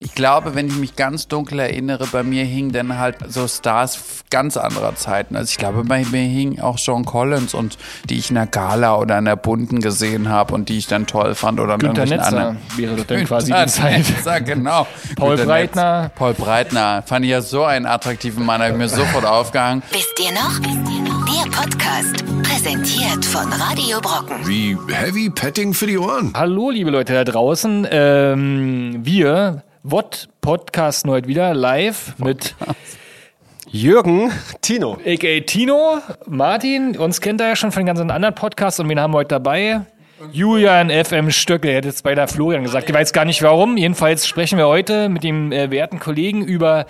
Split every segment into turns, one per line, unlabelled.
ich glaube, wenn ich mich ganz dunkel erinnere, bei mir hingen dann halt so Stars ganz anderer Zeiten. Also ich glaube, bei mir hingen auch Sean Collins und die ich in der Gala oder in der Bunten gesehen habe und die ich dann toll fand oder mit
Günter
irgendwelchen
Netzer
anderen.
wäre das dann
Günter
quasi die Zeit.
Netzer, genau.
Paul
Günter
Breitner.
Netz- Paul Breitner. Fand ich ja so einen attraktiven Mann, habe ich mir sofort aufgehangen.
Wisst ihr noch? Der Podcast, präsentiert von Radio Brocken.
Wie heavy petting for you on?
Hallo, liebe Leute da draußen. Ähm, wir, What Podcast heute wieder live mit
Jürgen Tino.
a.k.a. Tino, Martin. Uns kennt er ja schon von ganz anderen Podcasts und wen haben wir heute dabei? Julian FM Stöckel, er hätte jetzt bei der Florian gesagt. Ich weiß gar nicht warum. Jedenfalls sprechen wir heute mit dem äh, werten Kollegen über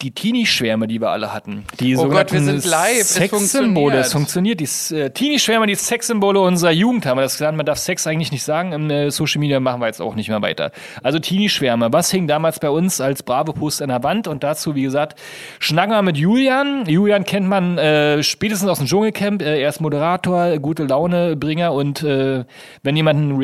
die Teenie-Schwärme, die wir alle hatten. Die
Oh Gott, wir sind
sogenannten
live. Es
Sexsymbole.
funktioniert.
Es funktioniert. Die S- äh, Teenie-Schwärme, die Sexsymbole unserer Jugend haben wir das genannt. Man darf Sex eigentlich nicht sagen. Im äh, Social Media machen wir jetzt auch nicht mehr weiter. Also Teenie-Schwärme. Was hing damals bei uns als Bravo-Post an der Wand? Und dazu, wie gesagt, schnacken wir mit Julian. Julian kennt man äh, spätestens aus dem Dschungelcamp. Äh, er ist Moderator, gute Launebringer und äh, wenn jemand ein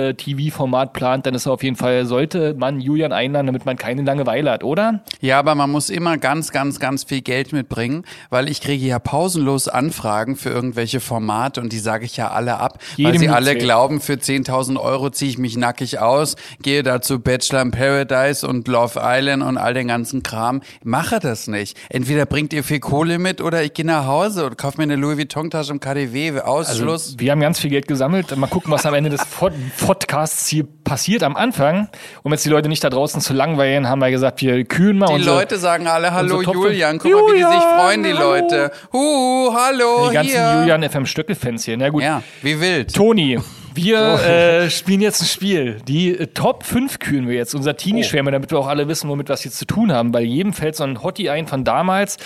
Reality-TV-Format plant, dann ist er auf jeden Fall, sollte man Julian einladen, damit man keine Langeweile hat, oder?
Ja, aber man muss immer ganz, ganz, ganz viel Geld mitbringen, weil ich kriege ja pausenlos Anfragen für irgendwelche Formate und die sage ich ja alle ab, weil
Jedem
sie
nur
alle
zählt.
glauben, für 10.000 Euro ziehe ich mich nackig aus, gehe dazu Bachelor in Paradise und Love Island und all den ganzen Kram. Mache das nicht. Entweder bringt ihr viel Kohle mit oder ich gehe nach Hause und kaufe mir eine Louis Vuitton-Tasche im KDW.
Also
Ausschluss.
Wir haben ganz viel Geld gesammelt. Mal gucken, was am Ende des Pod- Podcasts hier passiert am Anfang. Um jetzt die Leute nicht da draußen zu langweilen, haben wir gesagt, wir kühlen mal
die
unsere-
Leute sagen alle Hallo
unsere Top fünf-
Julian, guck mal, wie die sich
Julian,
freuen, die
hallo.
Leute. Huh, hallo,
die ganzen
hier.
Julian FM Stöckel-Fans hier. Na gut.
Ja, wie wild.
Toni, wir äh, spielen jetzt ein Spiel. Die äh, Top 5 kühlen wir jetzt, unser Teenie-Schwärme, damit wir auch alle wissen, womit wir es jetzt zu tun haben. Bei jedem fällt so ein Hottie ein von damals.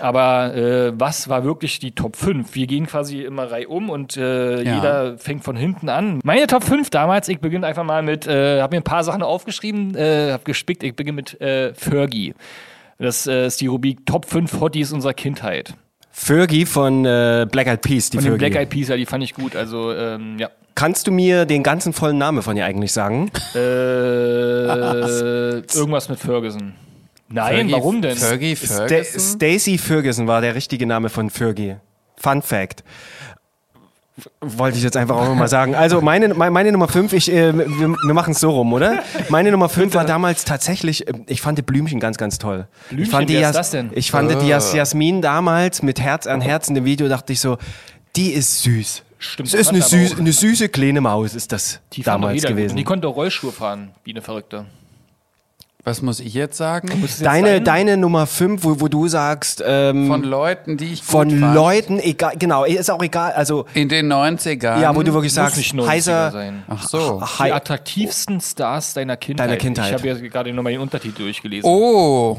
Aber äh, was war wirklich die Top 5? Wir gehen quasi immer Reihe um und äh,
Ja.
jeder fängt von hinten an. Meine Top 5 damals, ich beginne einfach mal mit, äh, habe mir ein paar Sachen aufgeschrieben, äh, habe gespickt, ich beginne mit äh, Fergie. Das äh, ist die Rubrik Top 5 Hotties unserer Kindheit.
Fergie von äh, Black Eyed Peas, die
Von den
Fergie.
Black Eyed Peas, ja, die fand ich gut. Also, ähm, ja.
Kannst du mir den ganzen vollen Namen von ihr eigentlich sagen?
Äh, irgendwas mit Ferguson. Nein,
Fergie-
warum denn?
Fergie
Sta-
Ferguson?
Stacy Ferguson war der richtige Name von Fergie. Fun Fact. Wollte ich jetzt einfach auch nochmal sagen. Also meine, meine, meine Nummer 5, ich, äh, wir, wir machen es so rum, oder? Meine Nummer 5 war damals tatsächlich, äh, ich fand die Blümchen ganz, ganz toll.
Blümchen,
ich fand die
wer ist
Jas-
das denn?
Ich fand die Jas Jasmin damals mit Herz an Herz in dem Video, dachte ich so, die ist süß.
Stimmt,
es ist
fand
eine,
aber
süß,
auch-
eine süße kleine Maus, ist das
Die fand doch
damals
jeder gut.
gewesen.
Und Die konnte auch Rollschuhe fahren, wie eine Verrückte.
Was muss ich jetzt sagen?
Ist das jetzt
Deine,
dein-
deine Nummer 5, wo, wo du sagst, ähm,
Von Leuten, die ich
von
gut fand.
Leuten, egal, genau, ist auch egal, also
in den 90ern.
ja, wo du wirklich
Muss
sagst,
nicht 90er
heißer
sein.
Ach so.
Die
Hi
attraktivsten Stars deiner Kindheit.
Deiner Kindheit.
Ich habe ja gerade nochmal den Untertitel durchgelesen.
Oh,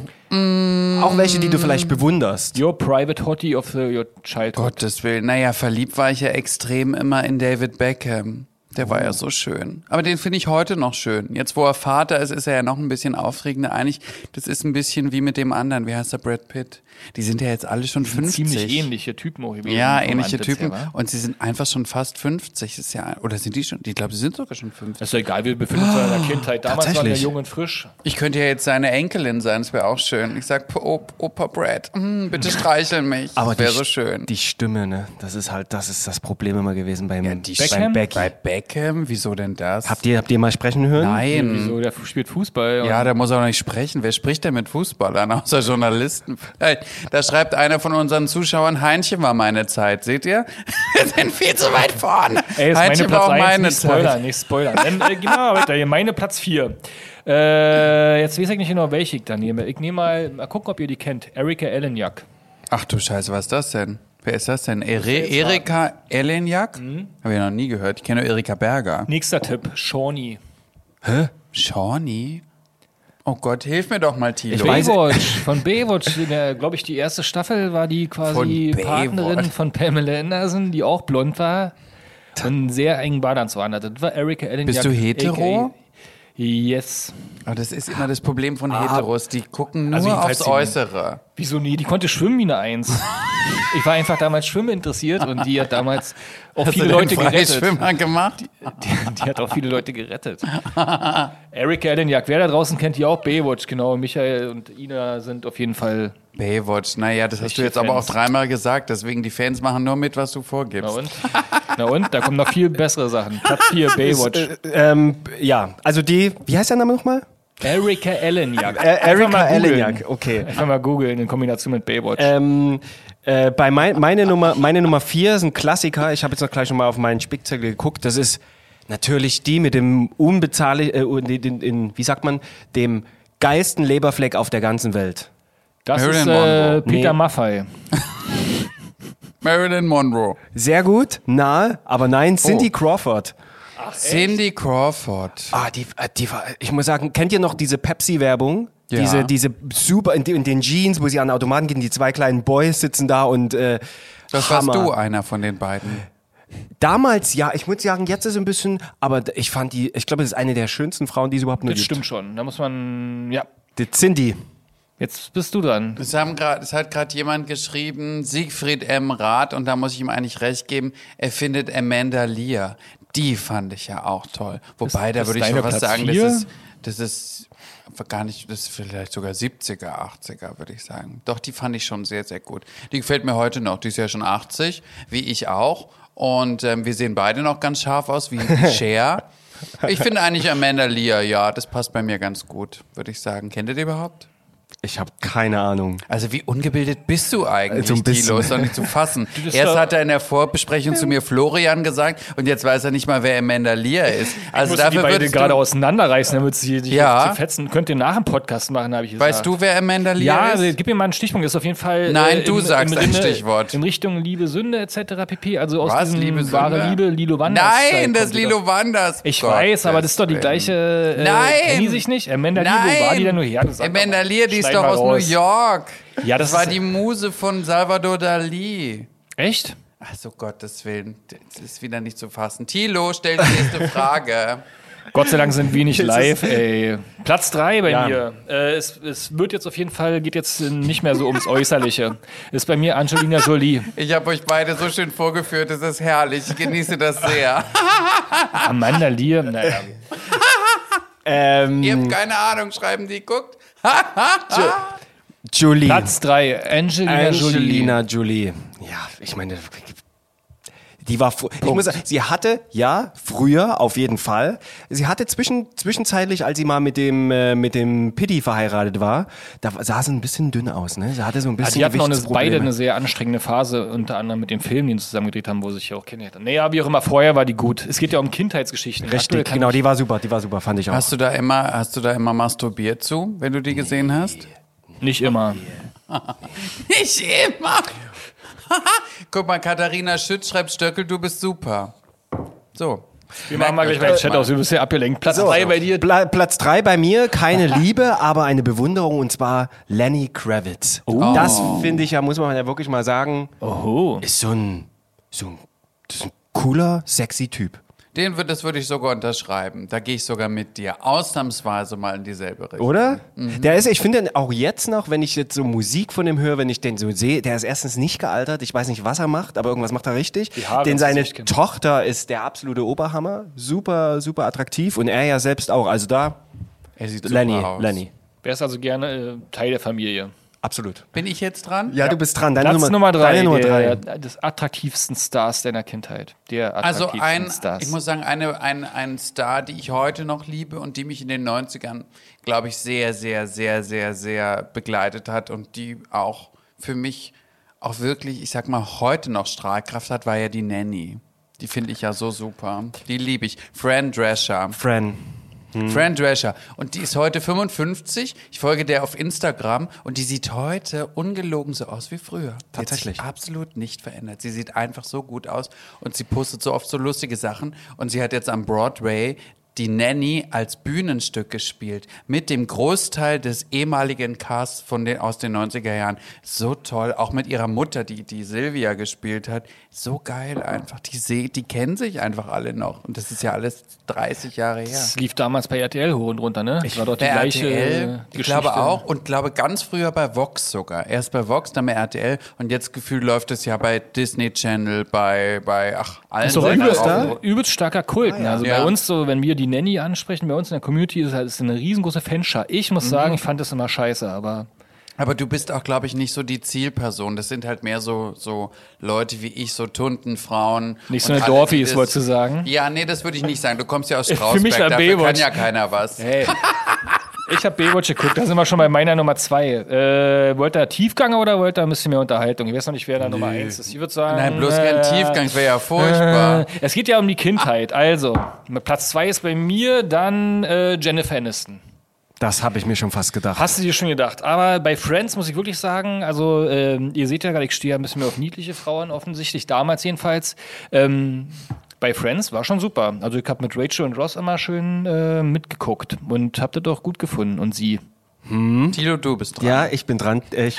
auch welche, die du
Mm.
vielleicht bewunderst.
Your private hottie of the, your childhood.
Gottes Willen. Naja, verliebt war ich ja extrem immer in David Beckham. Der war ja so schön. Aber den finde ich heute noch schön. Jetzt, wo er Vater ist, ist er ja noch ein bisschen aufregender. Eigentlich, das ist ein bisschen wie mit dem anderen. Wie heißt der Brad Pitt? Die sind ja jetzt alle schon 50.
Ziemlich ähnliche Typen auch gewesen
Ja,
vom
ähnliche
Antlitz her,
Typen.
wa?
Und sie sind einfach schon fast 50. Ist ja, oder sind die schon? Ich glaube, sie sind sogar schon 50.
Das ist ja egal, wir befinden uns in
Ah,
deiner Kindheit. Damals waren wir
Tatsächlich.
jung und frisch.
Ich könnte ja jetzt seine Enkelin sein, das wäre auch schön. Ich sag, "Po- Opa Brad, mm, bitte streicheln mich.
Aber
das wäre
die,
so schön.
die Stimme, ne? Das ist halt, das ist das Problem immer gewesen beim,
Beckham?
beim Becky.
Bei Beckham, wieso denn das?
habt, ihr, habt ihr mal sprechen hören?
Nein.
Wieso? Der spielt Fußball. und-
Ja, da muss er auch nicht sprechen. Wer spricht denn mit Fußballern außer Journalisten? Vielleicht. Da schreibt einer von unseren Zuschauern, Heinchen war meine Zeit. Seht ihr? Wir sind viel zu weit vorne.
Ey, ist meine
Heinchen
Platz
war auch
1,
Halt meine
nicht spoilern,
Zeit.
nicht spoilern. Dann äh, gehen wir mal weiter. Hier, meine Platz 4. Äh, jetzt weiß ich nicht genau, welche ich da nehme. Ich nehme mal, mal gucken, ob ihr die kennt. Erika Ellenjak.
Ach du Scheiße, was ist das denn? Wer ist das denn? Ere Erika Elenjak? Habe ich noch nie gehört. Ich kenne nur Erika Berger.
Nächster Tipp, Shawnee.
Shawnee? Oh Gott, hilf mir doch mal, Tilo.
Ich weiß-
Baywatch, von Baywatch, glaube ich, die erste Staffel war die quasi
Von
Partnerin
Baywatch.
von Pamela Anderson, die auch blond war und einen sehr engen Badeanzug hatte. Das war Erika Ellenjak.
Bist du hetero?
aka Yes.
Aber Ah, das ist immer das Problem von Heteros. Die gucken nur
Also jedenfalls
aufs
die-
Äußere.
Wieso nie? Die konnte schwimmen wie eine Eins. Ich war einfach damals Schwimmen interessiert und die hat damals auch
Hast
viele
du den
Leute gerettet.
Freischwimmer gemacht?
Die, die hat auch viele Leute gerettet. Eric Erlenjak, wer da draußen kennt, die auch Baywatch, genau. Michael und Ina sind auf jeden Fall
Baywatch, naja, das hast du
Richtige
jetzt aber auch
Fans.
dreimal gesagt, deswegen die Fans machen nur mit, was du
Na
vorgibst.
und? Na und? Da kommen noch viel bessere Sachen. Platz 4, Baywatch.
Ähm, ja, also die, wie heißt der Name nochmal?
Erika Ellenjak.
Äh, Erika
mal googeln.
Ellenjak, okay.
Einfach mal googeln in Kombination mit Baywatch.
Ähm, äh, bei mein, meine Nummer meine Nummer vier ist ein Klassiker. Ich habe jetzt noch gleich nochmal auf meinen Spickzettel geguckt. Das ist natürlich die mit dem unbezahle äh, und den, den, den, wie sagt man, dem geilsten Leberfleck auf der ganzen Welt.
das ist
Marilyn
äh,
Monroe.
Peter
Nee.
Maffay.
Marilyn Monroe.
Sehr gut, nahe, aber nein, Cindy Crawford.
Cindy Crawford.
Oh. Ah, die, äh, die war, ich muss sagen, kennt ihr noch diese Pepsi-Werbung?
Ja.
Diese, diese super, in, die- in den Jeans, wo sie an den Automaten gehen, die zwei kleinen Boys sitzen da und äh,
Das
Hammer.
warst du, einer von den beiden.
Damals ja, ich muss sagen, jetzt ist ein bisschen, aber d- ich fand die, ich glaube, das ist eine der schönsten Frauen, die es überhaupt nur
Das
gibt.
stimmt schon. Da muss man, ja.
Die Cindy.
Jetzt bist du dran.
Es, haben grad, es hat gerade jemand geschrieben, Siegfried M. Rath, und da muss ich ihm eigentlich recht geben, er findet Amanda Lear. Die fand ich ja auch toll. Wobei, da
das
würde ich
deine
schon fast
Platz
sagen,
vier?
das ist, das ist gar nicht, das ist vielleicht sogar 70er, 80er, würde ich sagen. Doch, die fand ich schon sehr, sehr gut. Die gefällt mir heute noch. Die ist ja schon 80, wie ich auch. Und ähm, wir sehen beide noch ganz scharf aus, wie Cher. Ich finde eigentlich Amanda Lear, ja, das passt bei mir ganz gut, würde ich sagen. Kennt ihr die überhaupt?
Ich habe keine Ahnung.
Also wie ungebildet bist du eigentlich,
So Also ein bisschen.
Thilo? Ist doch nicht zu fassen.
bist
Erst
doch-
hat er in der Vorbesprechung zu mir Florian gesagt und jetzt weiß er nicht mal, wer Amanda Lear ist. Also
Musst du die
dafür
beide
würdest
gerade
du,
auseinanderreißen, damit sie dich
Ja.
jetzt zerfetzen. Könnt ihr nach dem Podcast machen, habe ich gesagt.
Weißt du, wer Amanda Lear
Ja, also,
ist?
gib mir mal einen Stichpunkt. Das ist auf jeden Fall. äh,
Nein, du sagst ein Stichwort.
In Richtung Liebe, Sünde etc. pp. Also aus
Was?
diesem
Liebe Sünde?
wahre Liebe, Lilo Wanders.
Nein, das
kommt wieder.
Lilo Wanders.
Ich
Gottes
weiß, aber das ist doch die
Willen.
gleiche. Äh,
Nein!
Kennen die sich nicht? Amanda Lee,
Nein!
wo war die denn nur her? Sag doch mal.
Amanda Lear, die ist
Schneid
doch
mal
aus
raus.
New York.
Ja, das
war
ist-
die Muse von Salvador Dali.
Echt?
Ach so, Gottes Willen. Das ist wieder nicht zu fassen. Thilo, stell die nächste Frage.
Gott sei Dank sind wir nicht live, ey. Platz drei bei
Ja.
mir. Äh, es, es wird jetzt auf jeden Fall, geht jetzt äh, nicht mehr so ums Äußerliche. Ist bei mir Angelina Jolie.
Ich habe euch beide so schön vorgeführt, es ist herrlich. Ich genieße das sehr.
Amanda Lear, naja.
Ähm,
Ihr habt keine Ahnung, schreiben die, guckt.
Julie.
Platz drei, Angelina, Jolie.
Angelina Jolie. Ja, ich meine, die war, fr- ich muss sagen, sie hatte, ja, früher auf jeden Fall, sie hatte zwischen, zwischenzeitlich, als sie mal mit dem, äh, mit dem Pitti verheiratet war, da sah sie ein bisschen dünn aus, ne? Sie hatte so ein ne? bisschen
Also die hatten auch eine, beide
Gewichtsprobleme.
eine sehr anstrengende Phase, unter anderem mit dem Film, den sie zusammen gedreht haben, wo sie sich ja auch kennengelernt haben. Naja, wie auch immer, vorher war die gut. Es geht ja um Kindheitsgeschichten. Aktuell
Richtig,
kann
genau,
ich-
die war super, die war super, fand ich auch.
Hast du da immer, hast du da immer masturbiert zu, wenn du die gesehen hast?
Nicht immer.
Nicht immer. Guck mal, Katharina Schütz schreibt Stöckel, du bist super. So.
Wir machen mal gleich mal den Chat aus, wir müssen ja abgelenkt. Platz drei bei dir.
Pla Platz 3 bei mir, keine Liebe, aber eine Bewunderung und zwar Lenny Kravitz. Das finde ich ja, muss man ja wirklich mal sagen,
Oh. Oho.
ist so ein, so ein, das ist ein cooler, sexy Typ.
Den wird, das würde ich sogar unterschreiben. Da gehe ich sogar mit dir. Ausnahmsweise mal in dieselbe Richtung.
Oder? Mhm. Der ist, ich finde den auch jetzt noch, wenn ich jetzt so Musik von dem höre, wenn ich den so sehe, der ist erstens nicht gealtert, ich weiß nicht, was er macht, aber irgendwas macht er richtig.
Haare
Denn
hast du
seine
nicht gemacht.
Tochter ist der absolute Oberhammer, super, super attraktiv und er ja selbst auch. Also da,
Er sieht super
Lenny,
aus.
Lenny,
Wer ist also gerne äh, Teil der Familie?
absolut.
Bin ich jetzt dran?
Ja, du bist dran. Deine
Platz Nummer drei,
Deine Nummer drei.
der, des attraktivsten Stars deiner Kindheit. Der
Also
attraktivsten
ein,
Stars.
ich muss sagen, eine, ein, ein Star, die ich heute noch liebe und die mich in den 90ern, glaube ich, sehr, sehr, sehr, sehr, sehr begleitet hat und die auch für mich auch wirklich, ich sag mal, heute noch Strahlkraft hat, war ja die Nanny. Die finde ich ja so super. Die liebe ich. Fran Drescher.
Fran.
Fran Drescher. Und die ist heute 55. Ich folge der auf Instagram und die sieht heute ungelogen so aus wie früher. Die hat sich
Tatsächlich.
absolut nicht verändert. Sie sieht einfach so gut aus und sie postet so oft so lustige Sachen. Und sie hat jetzt am Broadway die Nanny als Bühnenstück gespielt mit dem Großteil des ehemaligen Casts von den, aus den 90er Jahren. So toll, auch mit ihrer Mutter, die die Silvia gespielt hat. So geil einfach. Die se die kennen sich einfach alle noch und das ist ja alles 30 Jahre her.
Das lief damals bei RTL hoch und runter, ne? Ich war dort die
Bei
gleiche
RTL,
äh,
ich
Geschichte.
glaube auch und glaube ganz früher bei Vox sogar. Erst bei Vox, dann bei RTL und jetzt gefühlt läuft es ja bei Disney Channel, bei bei ach allen
Ist doch
Sendern
übelst, ne?
auf-
da?
also übelst starker
Ah,
Kult. ne? Also
Ja.
bei uns, so, wenn wir die Nanny ansprechen, bei uns in der Community ist halt ist eine riesengroße Fanschar. Ich
Mhm.
muss sagen, ich fand das immer scheiße, aber
Aber du bist auch, glaube ich, nicht so die Zielperson. Das sind halt mehr so, so Leute wie ich, so Tuntenfrauen.
Nicht so
Und
eine
alle,
Dorfies,
die das-
wolltest du sagen?
Ja, nee, das würde ich nicht sagen. Du kommst ja aus
Ich fühl
Strausberg,
mich nach
dafür kann
Baywatch.
ja keiner was.
hey. Ich habe Baywatch geguckt, da sind wir schon bei meiner Nummer zwei. Äh, wollt ihr Tiefgang oder wollt ihr ein bisschen mehr Unterhaltung? Ich weiß noch nicht, wer da Nummer eins ist. Ich würde sagen.
Nein, bloß kein
äh,
Tiefgang, das wäre ja furchtbar.
Äh, es geht ja um die Kindheit. Also, Platz zwei ist bei mir dann äh, Jennifer Aniston.
Das habe ich mir schon fast gedacht.
Hast du dir schon gedacht. Aber bei Friends muss ich wirklich sagen, also ähm, ihr seht ja gerade, ich stehe ja ein bisschen mehr auf niedliche Frauen, offensichtlich, damals jedenfalls. Ähm, bei Friends war schon super. Also ich habe mit Rachel und Ross immer schön äh, mitgeguckt und hab das auch gut gefunden. Und sie. Äh.
Tilo, du bist dran.
Ja, ich bin dran. Ich,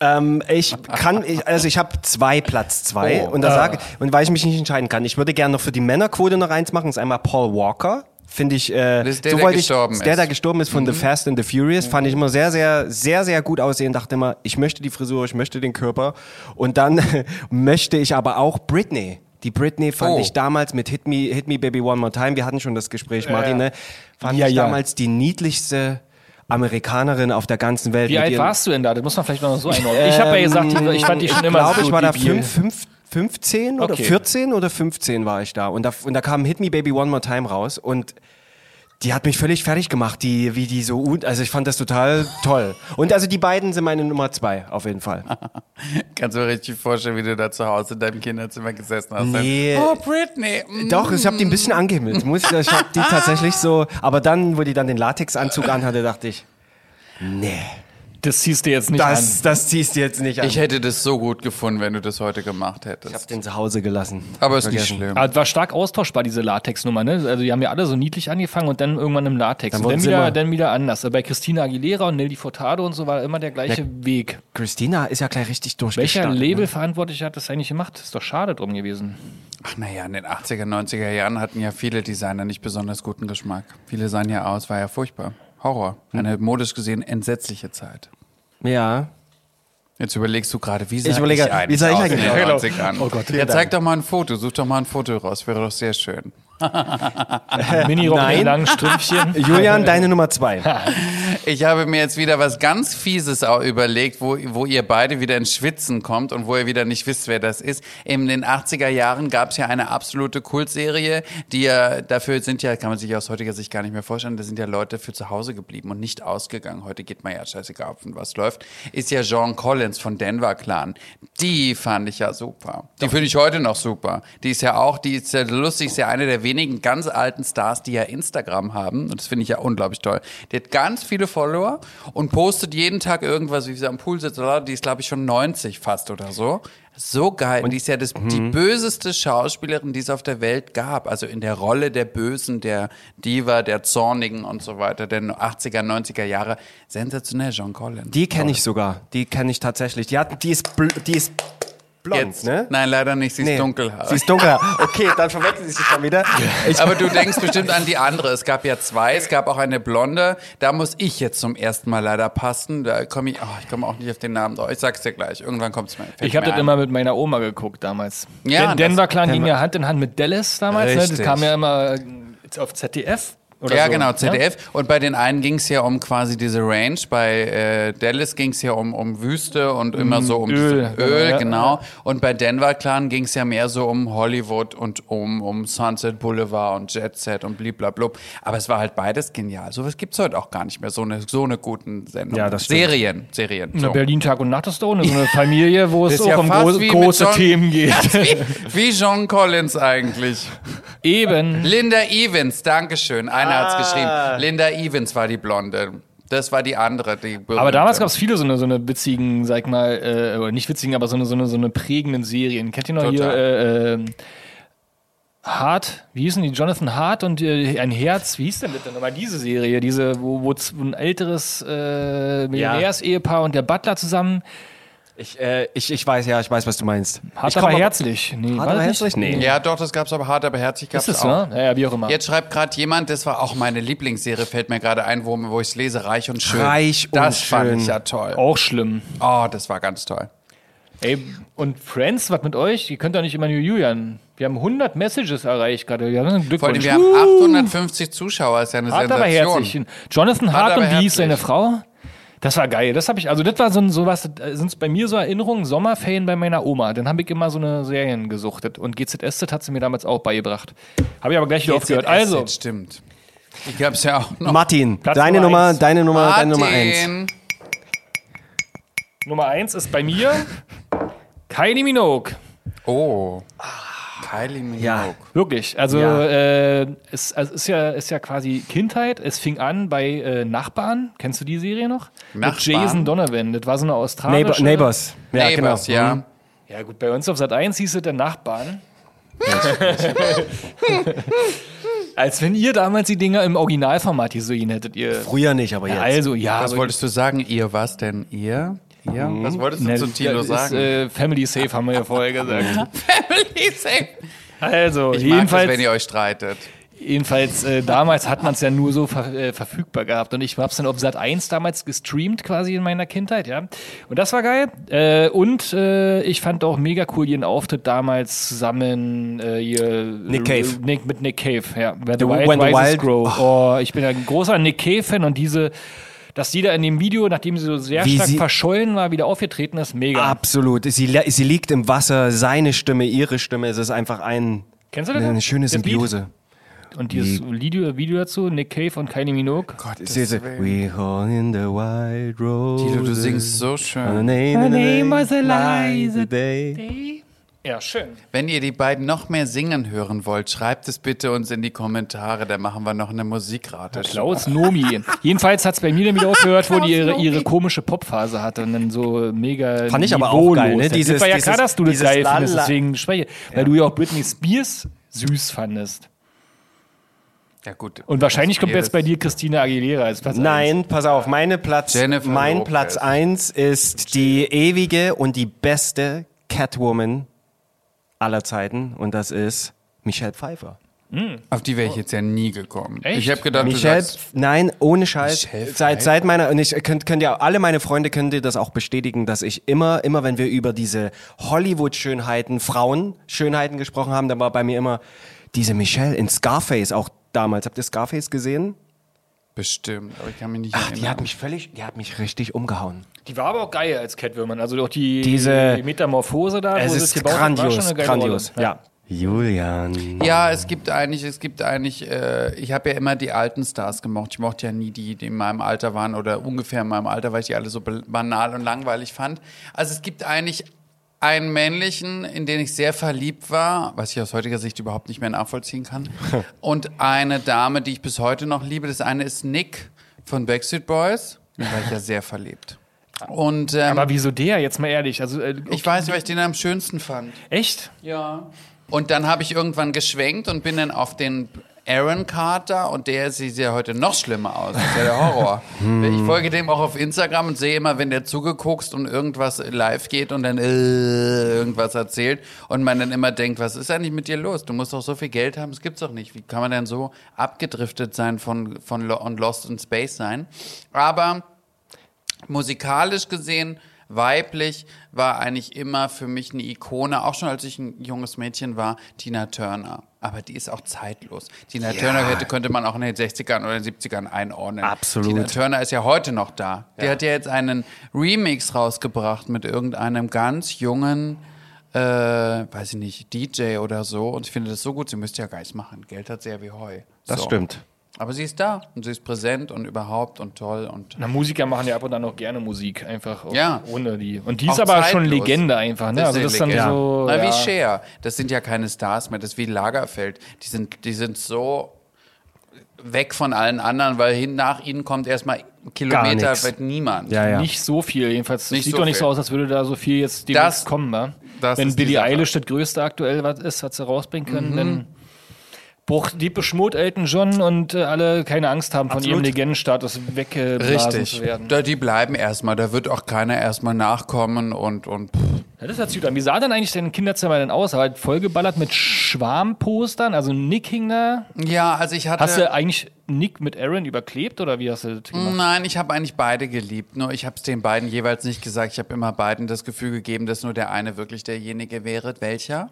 ähm, ich kann, ich, also ich habe zwei Platz zwei
Oh,
und da
äh.
sage und weil ich mich nicht entscheiden kann, ich würde gerne noch für die Männerquote noch eins machen. Ist einmal Paul Walker. Finde ich, äh,
Das ist der,
so
der
wollte ich,
gestorben
der
ist. Mhm.
da gestorben ist von The Fast and the Furious, fand ich immer sehr, sehr, sehr, sehr gut aussehen. Dachte immer, ich möchte die Frisur, ich möchte den Körper. Und dann möchte ich aber auch Britney. Die Britney fand
Oh.
ich damals mit Hit Me, Hit Me Baby One More Time. Wir hatten schon das Gespräch, Martin, ne? Fand
Ja,
ich
ja.
damals die niedlichste Amerikanerin auf der ganzen Welt.
Wie
mit
alt
ihren-
warst du denn da? Das muss man vielleicht noch so einordnen. Ich habe ja gesagt, die- ich fand die schon immer
glaube,
so
ich war da
debil.
fünf, fünf, 15 oder
Okay.
14 oder 15 war ich da. Und, da. und da kam Hit Me Baby One More Time raus und die hat mich völlig fertig gemacht, die, wie die so, un- also ich fand das total toll. Und also die beiden sind meine Nummer zwei, auf jeden Fall.
Kannst du mir richtig vorstellen, wie du da zu Hause in deinem Kinderzimmer gesessen hast.
Nee.
Oh, Britney. mm.
Doch, ich habe die ein bisschen angehimmelt, muss ich, ich habe die tatsächlich so, aber dann, wo die dann den Latexanzug anhatte, dachte ich, nee,
Das ziehst du jetzt nicht
das, das ziehst du jetzt nicht an.
Ich hätte das so gut gefunden, wenn du das heute gemacht
habe
hättest.
den zu Hause gelassen.
Aber ist nicht
Vergessen.
schlimm.
an. Aber es war stark austauschbar, diese Latex-Nummer, ne? Also die haben ja alle so niedlich angefangen und dann irgendwann im Latex.
Dann
und
wurden
dann
sie
wieder,
immer-
dann wieder anders. Also, Bei Christina Aguilera und Nelly Furtado und so war immer der gleiche Weg.
Christina ist ja gleich richtig
Welcher
durchgestartet. ne?
Labelverantwortlicher hat das eigentlich gemacht? Ist doch schade drum gewesen.
Ach naja, in den 80er, 90er Jahren hatten ja viele Designer nicht besonders guten Geschmack. Viele sahen ja aus, war ja furchtbar. Horror.
Hm.
Eine modisch gesehen entsetzliche Zeit.
Ja.
Jetzt überlegst du gerade, wie sah
Ich
ich,
überlege, wie
eigentlich
sah ich
aus
eigentlich
in den
aus?
90ern?
Oh Gott, vielen
ja,
Dank.
zeig doch mal ein Foto, such doch mal ein Foto raus, wäre doch sehr schön.
Mini-Rock mit
Äh, Nein.
den langen Strümpfchen.
Julian, deine Nummer zwei.
Ich habe mir jetzt wieder was ganz Fieses auch überlegt, wo, wo ihr beide wieder ins Schwitzen kommt und wo ihr wieder nicht wisst, wer das ist. In den 80er Jahren gab es ja eine absolute Kultserie, die ja, dafür sind ja, kann man sich aus heutiger Sicht gar nicht mehr vorstellen, da sind ja Leute für zu Hause geblieben und nicht ausgegangen. Heute geht man ja scheißegal, auf was läuft. Ist ja Jean Collins von Denver Clan. Die fand ich ja super. Die finde ich heute noch super. Die ist ja auch, die ist ja lustig, ist ja eine der wenigen ganz alten Stars, die ja Instagram haben. Und das finde ich ja unglaublich toll. Die hat ganz viele Follower und postet jeden Tag irgendwas, wie sie am Pool sitzt. Oder? Die ist, glaube ich, schon 90 fast oder so. So geil. Und die ist ja das, die
Mhm.
böseste Schauspielerin, die es auf der Welt gab. Also in der Rolle der Bösen, der Diva, der Zornigen und so weiter, der 80er, 90er Jahre. Sensationell, Jean Collins.
Die kenne ich sogar. Die kenne ich tatsächlich. Die, hat, die, ist, bl die ist blond,
Jetzt,
ne?
Nein, leider nicht. Sie ist
Nee.
dunkelhaarig.
Sie ist dunkel. Okay, dann verwechseln sie sich schon wieder. Ich,
Aber du denkst bestimmt an die andere. Es gab ja zwei, es gab auch eine blonde. Da muss ich jetzt zum ersten Mal leider passen. Da komme ich, oh, ich komme auch nicht auf den Namen drauf. Ich sag's dir gleich. Irgendwann kommt's mir. fällt
Ich habe
mir
das
ein.
immer mit meiner Oma geguckt damals.
Ja,
Den
das-
Denver Clan ging ja Hand in Hand mit Dallas damals. Ne? Das
Richtig.
kam ja immer äh, auf ZDF. Oder
ja,
so,
genau,
ne?
ZDF. Und bei den einen ging's ja um quasi diese Range. Bei äh, Dallas ging's ja um, um Wüste und immer so um
Mm, Öl,
diese Öl
ja.
genau. Und bei Denver Clan ging's ja mehr so um Hollywood und um, um Sunset Boulevard und Jet Set und bliblablub. Aber es war halt beides genial. Sowas gibt's heute auch gar nicht mehr. So eine, so eine guten Sendung.
Ja, das stimmt.
Serien, Serien. So.
Na, Berlin Tag und Nacht ist doch eine, so eine Familie, wo es
Das ist
auch
ja
um
fast
große,
wie mit
große
John-
Themen geht.
Wie, wie John Collins eigentlich.
Eben.
Linda Evans, Dankeschön. Einer hat's
Ah.
geschrieben. Linda Evans war die Blonde. Das war die andere, die
Aber damals
berühmte.
gab es viele so eine, so eine witzigen, sag ich mal, äh, oder nicht witzigen, aber so eine, so eine, so eine prägenden Serien. Kennt ihr noch
Total.
hier äh, äh, Hart, wie hießen die? Jonathan Hart und äh, ein Herz, wie hieß denn bitte nochmal diese Serie? Diese, wo, wo z- ein älteres äh, Millionärsehepaar und der Butler zusammen.
Ich, äh, ich, ich weiß, ja, ich weiß, was du meinst.
Hart
ich
aber
komm mal-
herzlich. Nee, war
Hart aber
das nicht?
herzlich? Nee.
Ja, doch, das gab's aber hart, aber herzlich gab's
Ist es,
auch.
ne? Ja, ja, wie auch immer.
Jetzt schreibt gerade jemand, das war auch meine Lieblingsserie, fällt mir gerade ein, wo, wo ich es lese, Reich und Schön.
Reich und
das fand
Schön.
ich ja toll. Oh.
Auch schlimm.
das war ganz toll.
Ey, und Friends, was mit euch? Ihr könnt doch nicht immer nur Julian. Wir haben 100 Messages erreicht gerade. Wir haben
Vor allem,
Glückwunsch.
wir haben 850 Zuschauer, ist ja eine
Hart aber
Sensation.
herzlich. Jonathan
Hart
Hart,
aber
und wie
herzlich.
ist seine Frau? Das war geil. Das habe ich, also das war so, ein- so was, sind es bei mir so Erinnerungen, Sommerferien bei meiner Oma. Dann habe ich immer so eine Serien gesuchtet. Und GZSZ hat sie mir damals auch beigebracht. Habe ich aber gleich wieder aufgehört. Also,
Jetzt stimmt. Ich gab's ja auch noch.
Martin,
Platz
deine
Nummer
Nummer,
eins.
deine Nummer, deine Nummer eins.
Martin.
Nummer eins ist bei mir Kylie Minogue.
Oh. Kylie Minogue.
Ja.
Wirklich. Also,
Ja.
äh, es, also ist, ja, ist ja quasi Kindheit. Es fing an bei äh, Nachbarn. Kennst du die Serie noch? Mit
Nachbarn?
Jason Donovan. Das war so eine australische...
Neighbor, Neighbors. Ja,
Neighbors,
genau.
ja.
Mhm.
Ja, gut, bei uns auf Sat 1 hieß es der Nachbarn. Als wenn ihr damals die Dinger im Originalformat gesehen hättet, ihr.
Früher nicht, aber jetzt.
Also, ja,
Was
aber-
wolltest du sagen? Ihr was denn? Ihr? Ihr? Was wolltest du
Na,
zu Tilo
das ist,
sagen?
Äh, Family Safe haben wir ja vorher gesagt.
Family safe.
Also,
Ich mag das,
jedenfalls,
wenn ihr euch streitet.
jedenfalls äh, damals hat man es ja nur so ver äh, verfügbar gehabt. Und ich hab's dann auf Sat 1 damals gestreamt, quasi in meiner Kindheit, ja. Und das war geil. Äh, und äh, ich fand auch mega cool ihren Auftritt damals zusammen äh, hier, äh,
Nick Cave.
Nick, mit Nick Cave, ja. When the
The-
Wild
When the
Rises
Wild- Ah.
Grow. Oh. ich bin ja ein großer Nick Cave-Fan und diese, dass die da in dem Video, nachdem sie so sehr
Wie
stark
sie-
verschollen war, wieder aufgetreten ist, mega.
Absolut. Sie, li- sie liegt im Wasser, seine Stimme, ihre Stimme. Es ist einfach ein,
Kennst du das?
eine schöne
Das Lied?
Symbiose.
Und dieses
Hm.
Video, Video dazu, Nick Cave und Kylie Minogue.
Sie- sie- We haul in the wild road.
Tilo, du singst so schön.
Her
name was a lie, the
day.
Ja, schön.
Wenn ihr die beiden noch mehr singen hören wollt, schreibt es bitte uns in die Kommentare. Da machen wir noch eine Musikrate.
Klaus Nomi. Jedenfalls hat es bei mir dann wieder aufgehört, wo die ihre, ihre komische Popphase hatte und dann so mega.
Fand ich aber auch
niveaulos.
geil, ne?
Das
Dieses-
war ja
dieses-
klar, dass du das
dieses
geil
La-
findest,
La-
deswegen spreche Weil du ja auch Britney Spears süß fandest.
Ja, gut.
Und wahrscheinlich kommt
Spears.
jetzt bei dir Christina Aguilera als Platz
Nein, pass auf, meine Platz,
Jennifer
mein
Lopez.
Platz eins ist die ewige und die beste Catwoman aller Zeiten und das ist Michelle Pfeiffer.
Auf die wäre ich jetzt ja nie gekommen.
Echt?
Ich habe gedacht,
Michelle,
du sagst,
nein, ohne Scheiß.
Michelle
Seit, seit meiner, und ich könnt, könnt ja, alle meine Freunde können dir das auch bestätigen, dass ich immer, immer wenn wir über diese Hollywood-Schönheiten, Frauen-Schönheiten gesprochen haben, dann war bei mir immer diese Michelle in Scarface auch damals. Habt ihr Scarface gesehen?
bestimmt, aber ich kann mich nicht erinnern.
Die hat mich völlig, die hat mich richtig umgehauen.
eins. Die war aber auch geil als Catwoman. Also auch die,
Diese-
die Metamorphose da.
Es
Ah, wo sie
ist
gebaut hat, war schon
grandios,
eine geile
grandios,
Rolle.
ja. Julian.
ja, es gibt eigentlich, es gibt eigentlich, äh, ich habe ja immer die alten Stars gemocht. Ich mochte ja nie die, die in meinem Alter waren oder ungefähr in meinem Alter, weil ich die alle so be- banal und langweilig fand. Also es gibt eigentlich einen männlichen, in den ich sehr verliebt war, was ich aus heutiger Sicht überhaupt nicht mehr nachvollziehen kann, und eine Dame, die ich bis heute noch liebe. Das eine ist Nick von Backstreet Boys. Da war ich ja sehr verliebt. Und ähm,
Aber wieso der? Jetzt mal ehrlich. Also, äh,
ich weiß, weil ich den am schönsten fand.
echt?
Ja. Und dann habe ich irgendwann geschwenkt und bin dann auf den Aaron Carter und der sieht ja heute noch schlimmer aus. Das ist ja der Horror. Ich folge dem auch auf Instagram und sehe immer, wenn der zugeguckst und irgendwas live geht und dann äh, irgendwas erzählt und man dann immer denkt, was ist eigentlich mit dir los? Du musst doch so viel Geld haben, das gibt's doch nicht. Wie kann man denn so abgedriftet sein von, von Lo und Lost in Space sein? Aber musikalisch gesehen, weiblich, war eigentlich immer für mich eine Ikone, auch schon als ich ein junges Mädchen war, Tina Turner. Aber die ist auch zeitlos. Tina Turner hätte, könnte man auch in den 60ern oder den 70ern einordnen.
Absolut.
Tina Turner ist ja heute noch da. Die hat ja jetzt einen Remix rausgebracht mit irgendeinem ganz jungen, äh, weiß ich nicht, DJ oder so. Und ich finde das so gut, sie müsste ja Geist machen. Geld hat sie ja wie Heu.
Das
so.
stimmt.
Aber sie ist da und sie ist präsent und überhaupt und toll und
Na, Musiker machen ja ab und an auch gerne Musik, einfach auch
Ja.
ohne die. Und die ist
Auch
aber schon
zeitlos.
Legende einfach, ne?
Das
also
ist
das ist
eine
dann
Legende.
so.
Na,
ja.
wie Cher. Das sind ja keine Stars mehr. Das ist wie Lagerfeld. Die sind, die sind so weg von allen anderen, weil hin, nach ihnen kommt erstmal Kilometer
nix.
weit niemand.
Ja, ja.
Nicht so viel, jedenfalls.
Nicht
sieht
so
doch nicht so
viel.
aus, als würde da so viel jetzt demnächst
Das-
kommen, wa?
das
Wenn
ist die
Billie
Sache. Mhm.
Eilish das größte aktuell was ist, was sie rausbringen können, dann Bruch, Diepe Schmut, Elton John und äh, alle keine Angst haben, von
Absolut.
ihrem Legendenstatus weggeblasen
Richtig.
zu werden.
Da, die bleiben erstmal. Da wird auch keiner erstmal nachkommen und, und pff.
Ja, das hört sich gut an. Wie sah denn eigentlich dein Kinderzimmer denn aus? Aber halt vollgeballert mit Schwarmpostern, also Nick hing da.
ja, also ich hatte.
Hast du eigentlich Nick mit Aaron überklebt oder wie hast du das gemacht?
Nein, ich habe eigentlich beide geliebt. Nur ich habe es den beiden jeweils nicht gesagt. Ich habe immer beiden das Gefühl gegeben, dass nur der eine wirklich derjenige wäre, welcher.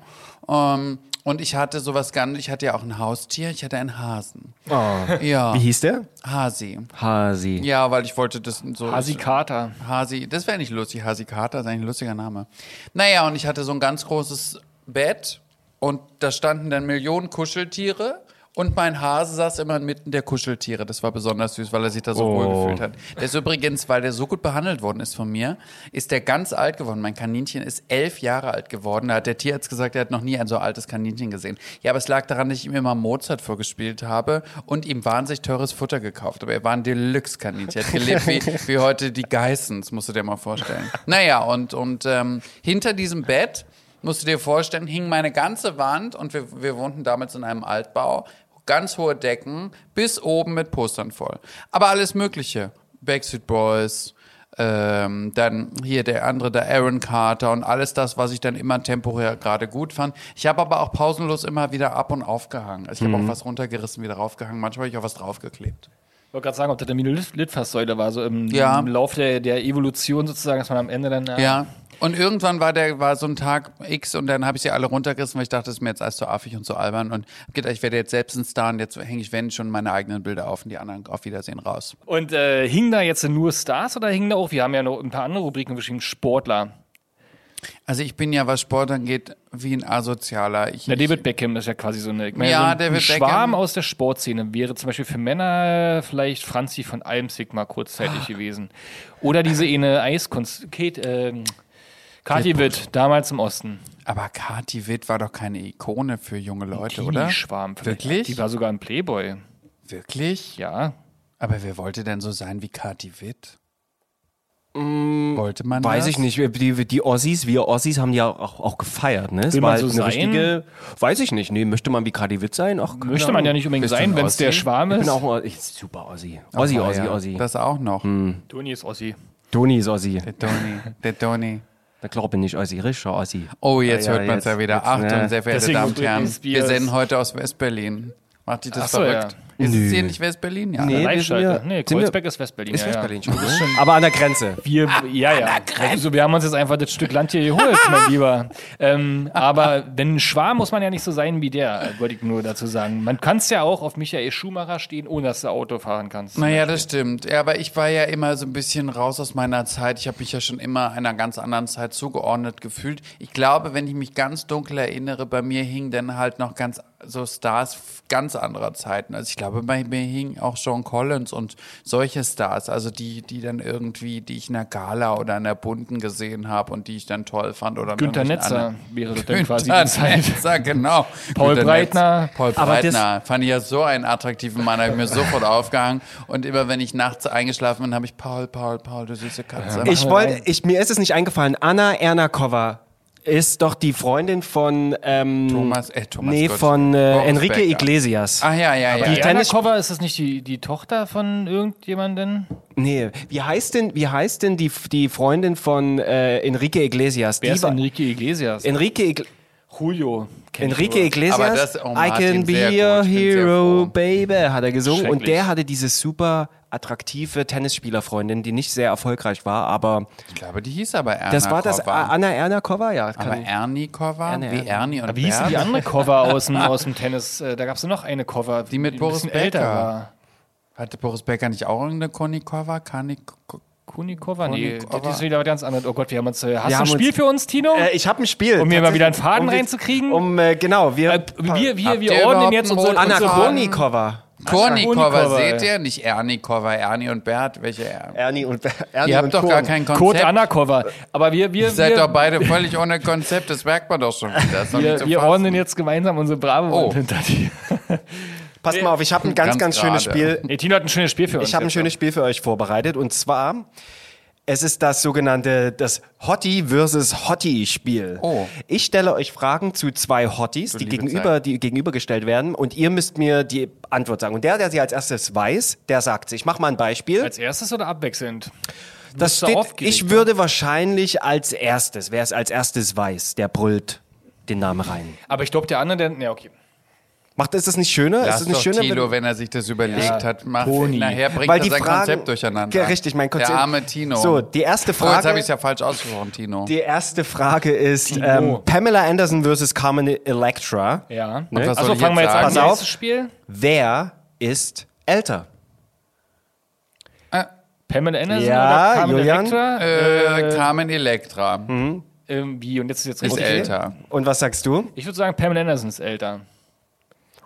Ähm, und ich hatte sowas ganz. Ich hatte ja auch ein Haustier. Ich hatte einen Hasen. Ja.
Wie hieß der?
Hasi.
Hasi.
Ja, weil ich wollte das so.
Hasi Kater.
Hasi, das wäre nicht lustig. Hasi Kater ist eigentlich ein lustiger Name. Naja, und ich hatte so ein ganz großes Bett und da standen dann Millionen Kuscheltiere und mein Hase saß immer inmitten der Kuscheltiere. Das war besonders süß, weil er sich da so wohl gefühlt hat. Der ist übrigens, weil der so gut behandelt worden ist von mir, ist der ganz alt geworden. Mein Kaninchen ist elf Jahre alt geworden. Da hat der Tierarzt gesagt, er hat noch nie ein so altes Kaninchen gesehen. Ja, aber es lag daran, dass ich ihm immer Mozart vorgespielt habe und ihm wahnsinnig teures Futter gekauft. Aber er war ein Deluxe-Kaninchen. Er hat gelebt wie, wie heute die Geissens, musst du dir mal vorstellen. Naja, und, und ähm, hinter diesem Bett, musst du dir vorstellen, hing meine ganze Wand und wir, wir wohnten damals in einem Altbau, ganz hohe Decken, bis oben mit Postern voll. Aber alles Mögliche. Backstreet Boys, ähm, dann hier der andere, der Aaron Carter und alles das, was ich dann immer temporär gerade gut fand. Ich habe aber auch pausenlos immer wieder ab und aufgehangen. Also ich habe auch was runtergerissen, wieder raufgehangen. Manchmal habe ich auch was draufgeklebt.
Ich wollte gerade sagen, ob das eine Litfaßsäule war, so im,
Ja.
im Lauf der, der Evolution sozusagen, dass man am Ende dann. äh,
Ja. Und irgendwann war der war so ein Tag X und dann habe ich sie alle runtergerissen, weil ich dachte, das ist mir jetzt alles zu affig und zu albern und hab gedacht, ich werde jetzt selbst ein Star und jetzt hänge ich wenn schon meine eigenen Bilder auf und die anderen auf Wiedersehen raus.
Und äh, hingen da jetzt nur Stars oder hingen da auch, wir haben ja noch ein paar andere Rubriken geschrieben, Sportler.
Also ich bin ja was Sport angeht wie ein asozialer. Ich,
Na, David Beckham ist ja quasi so eine. Ich
Ja,
so ein, ein
David
Schwarm
Beckham.
aus der Sportszene wäre zum Beispiel für Männer äh, vielleicht Franzi von Almsig mal kurzzeitig gewesen. Oder diese eine Eiskunst. Kate, ähm, Kathi Witt, damals im Osten.
aber Kathi Witt war doch keine Ikone für junge Leute,
Die
oder?
Schwarm vielleicht.
Wirklich?
Die war sogar im Playboy.
Wirklich?
Ja.
Aber wer wollte denn so sein wie Kathi Witt? wollte man
Mm, Weiß
das?
ich nicht. Die, die Ossis, wir Ossis haben ja auch, auch gefeiert, ne? Es
Will man so sein?
Weiß ich nicht. Nee, möchte man wie Cardi Witt sein? Ach, keine
Möchte man ja
Ahnung.
nicht unbedingt
Bist du ein
sein, wenn es der
Ossi?
Schwarm
Ich
ist.
bin auch ein Ossi. Ich- Super Ossi. Ossi,
Oh,
Ossi,
ja.
Ossi.
Das auch noch.
Mm.
Toni ist Ossi.
Toni ist Ossi.
Der Toni, der Toni.
Na klar bin ich Ossi, richtiger Ossi.
Oh, jetzt
Ja, ja,
hört man es
jetzt-
ja wieder.
jetzt,
Achtung,
ne.
sehr verehrte
Deswegen
Damen und
Britney
Herren, wir
Spears.
senden heute aus West-Berlin. Macht dich das
Ach so,
verrückt? Ist es hier nicht West-Berlin? Ja. ne? Nee.
Nee. wir sind ja-
Live-Schalter. Nee,
sind wir-
Kreuzberg ist Westberlin.
Ist
ja,
Westberlin
ja.
schon, ne? Aber an der Grenze.
Wir, ja, ja. Also, wir haben uns jetzt einfach das Stück Land hier geholt, mein Lieber. Ähm, aber denn Schwarm muss man ja nicht so sein wie der, äh, wollte ich nur dazu sagen. Man kann es ja auch auf Michael Schumacher stehen, ohne dass du Auto fahren kannst.
Naja, das stimmt. Ja, aber ich war ja immer so ein bisschen raus aus meiner Zeit. Ich habe mich ja schon immer einer ganz anderen Zeit zugeordnet gefühlt. Ich glaube, wenn ich mich ganz dunkel erinnere, bei mir hingen dann halt noch ganz so Stars ganz anderer Zeiten. Also ich glaube, bei mir hingen auch Sean Collins und solche Stars. Also die, die dann irgendwie, die ich in der Gala oder in der Bunten gesehen habe und die ich dann toll fand. Oder in
Günter
irgendwelchen
Netzer
anderen-
wäre das Also dann
Günther
quasi die Zeit.
Netzer, genau.
Paul
Günther
Breitner.
Netz- Paul
Aber das-
Breitner. Fand ich ja so einen attraktiven Mann, habe ich mir sofort aufgehangen. Und immer wenn ich nachts eingeschlafen bin, habe ich Paul, Paul, Paul, du süße Katze.
Ich wollte, ich, mir ist es nicht eingefallen. Anna Ernakova ist doch die Freundin von, ähm,
Thomas, äh, Thomas
nee,
Gott.
von äh,
Boris
Enrique
Becker.
Iglesias.
Ach ja, ja, ja.
die
Die
ja.
Tennis-
Anna Cover, ist das nicht die, die Tochter von irgendjemanden?
Nee, wie heißt denn, wie heißt denn die, die Freundin von äh, Enrique Iglesias?
Wer
die
ist
war-
Enrique Iglesias?
Enrique, Igle
Julio. Kenn ich
Enrique
nur.
Iglesias,
Aber das- oh,
I
Martin,
can be
sehr
your
gut. Ich bin sehr froh.
hero, baby, hat er gesungen. Und
Schrecklich.
der hatte diese super attraktive Tennisspielerfreundin, die nicht sehr erfolgreich war, aber
Ich glaube, die hieß aber Erna
das war das
Kova.
Anna Ernakova, ja. kann
aber
ich-
Ernie Cover,
Erne,
wie
Erne.
Ernie und
Wie hieß denn die
Bert?
andere Cover aus dem, aus dem Tennis? Äh, Da gab es noch eine Cover, die
mit
ein
Boris
bisschen älter
Becker.
war.
Hatte Boris Becker nicht auch irgendeine Conny Cover? Kani
Kunikova? Nee,
Kunikova.
das ist wieder was ganz anderes. Oh Gott, wir haben uns. äh, Hast du
Wir
ein
haben
Spiel
uns-
für uns, Tino?
Äh, ich habe ein Spiel.
Um mir mal
Tatsächlich.
wieder einen Faden
Um die-
reinzukriegen?
Um, äh, genau, wir.
Äh, wir wir,
Habt ihr
wir ordnen
überhaupt
jetzt
einen
unsere,
roten
Anna
unsere
Faden?
Kornikova.
Conny Cover,
Kornikova,
seht
ja.
ihr? Nicht Ernie Cover, Ernie und Bert. Welche Ernie?
Ernie und Ernie
Ihr habt doch gar kein
Code
Konzept.
Anakova. Aber wir, wir,
Ihr seid doch
wir,
beide völlig ohne Konzept, das merkt man doch schon wieder. Das ist doch nicht
wir,
zu
wir
fassen.
ordnen jetzt gemeinsam unsere brave
Oh.
oh. hinter dir.
Passt mal auf, ich habe ein ganz,
Ganz
ganz schönes
gerade.
Spiel.
Nee, Tino hat ein schönes Spiel für uns.
Ich habe ein
jetzt.
schönes Spiel für euch vorbereitet und zwar Es ist das sogenannte das Hottie versus Hottie Spiel.
Oh.
Ich stelle euch Fragen zu zwei Hotties, die
liebe
gegenüber die gegenübergestellt werden und ihr müsst mir die Antwort sagen. Und der, der sie als erstes weiß, der sagt sie. Ich mache mal ein Beispiel.
Als erstes oder abwechselnd?
das
bist du
steht,
aufgeregt,
ich würde wahrscheinlich als erstes, wer es als erstes weiß, der brüllt den Namen rein.
Aber ich glaube, der andere, der. Ne, okay.
Macht ist das nicht schöner?
Lass
ist das nicht
doch
schöner? wenn-
Tilo, wenn er sich das überlegt
Ja,
hat, macht
Toni.
nachher bringt
Weil
er
die
sein
Fragen-
Konzept durcheinander.
Ja, richtig, mein Konzept-
Der arme Tino.
So, die erste
Oh,
Frage-
jetzt habe ich es ja falsch ausgesprochen, Tino.
Die erste Frage ist ähm, Pamela Anderson versus Carmen Electra.
Ja.
Ne?
was soll
Also
ich
fangen wir
jetzt
jetzt
sagen?
an.
Pass auf.
Nächstes Spiel.
Wer ist älter?
äh,
Pamela Anderson
Ja,
oder Carmen
Julian?
Electra?
äh, Carmen Electra
Hm.
Ähm, wie? Und jetzt ist jetzt
ist
richtig.
älter.
Und was sagst du?
Ich würde sagen, Pamela Anderson ist älter.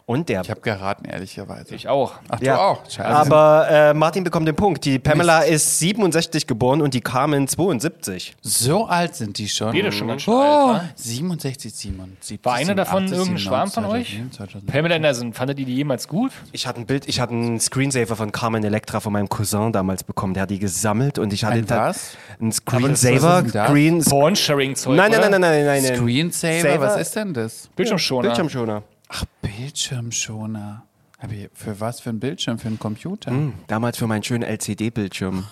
Und der.
Ich habe geraten, ehrlicherweise.
Ich auch.
Ach,
Ja.
du auch. Scheiße.
Aber äh, Martin bekommt den Punkt. Die Pamela ist 67 geboren und die Carmen 72.
so alt sind die schon.
Jede schon ganz schön
oh,
alt, wa?
67, 77.
War einer davon
87,
irgendein Schwarm von
19,
euch?
2000.
Pamela Anderson, fandet ihr die jemals gut?
Ich hatte ein Bild, ich hatte einen Screensaver von Carmen Electra von meinem Cousin damals bekommen. Der hat die gesammelt und ich hatte
Ein
da-
was?
einen
das- was
Screensaver.
ist denn das?
Green nein,
Porn-Sharing-Zeug.
nein,
oder?
nein, nein, nein, nein, nein.
Screensaver?
Saver?
Was ist denn das?
Bildschirmschoner.
Bildschirmschoner.
Ach, Bildschirmschoner. Hab ich, für was? Für einen Bildschirm? Für einen Computer?
Hm.
Hm, Damals für meinen schönen LCD-Bildschirm.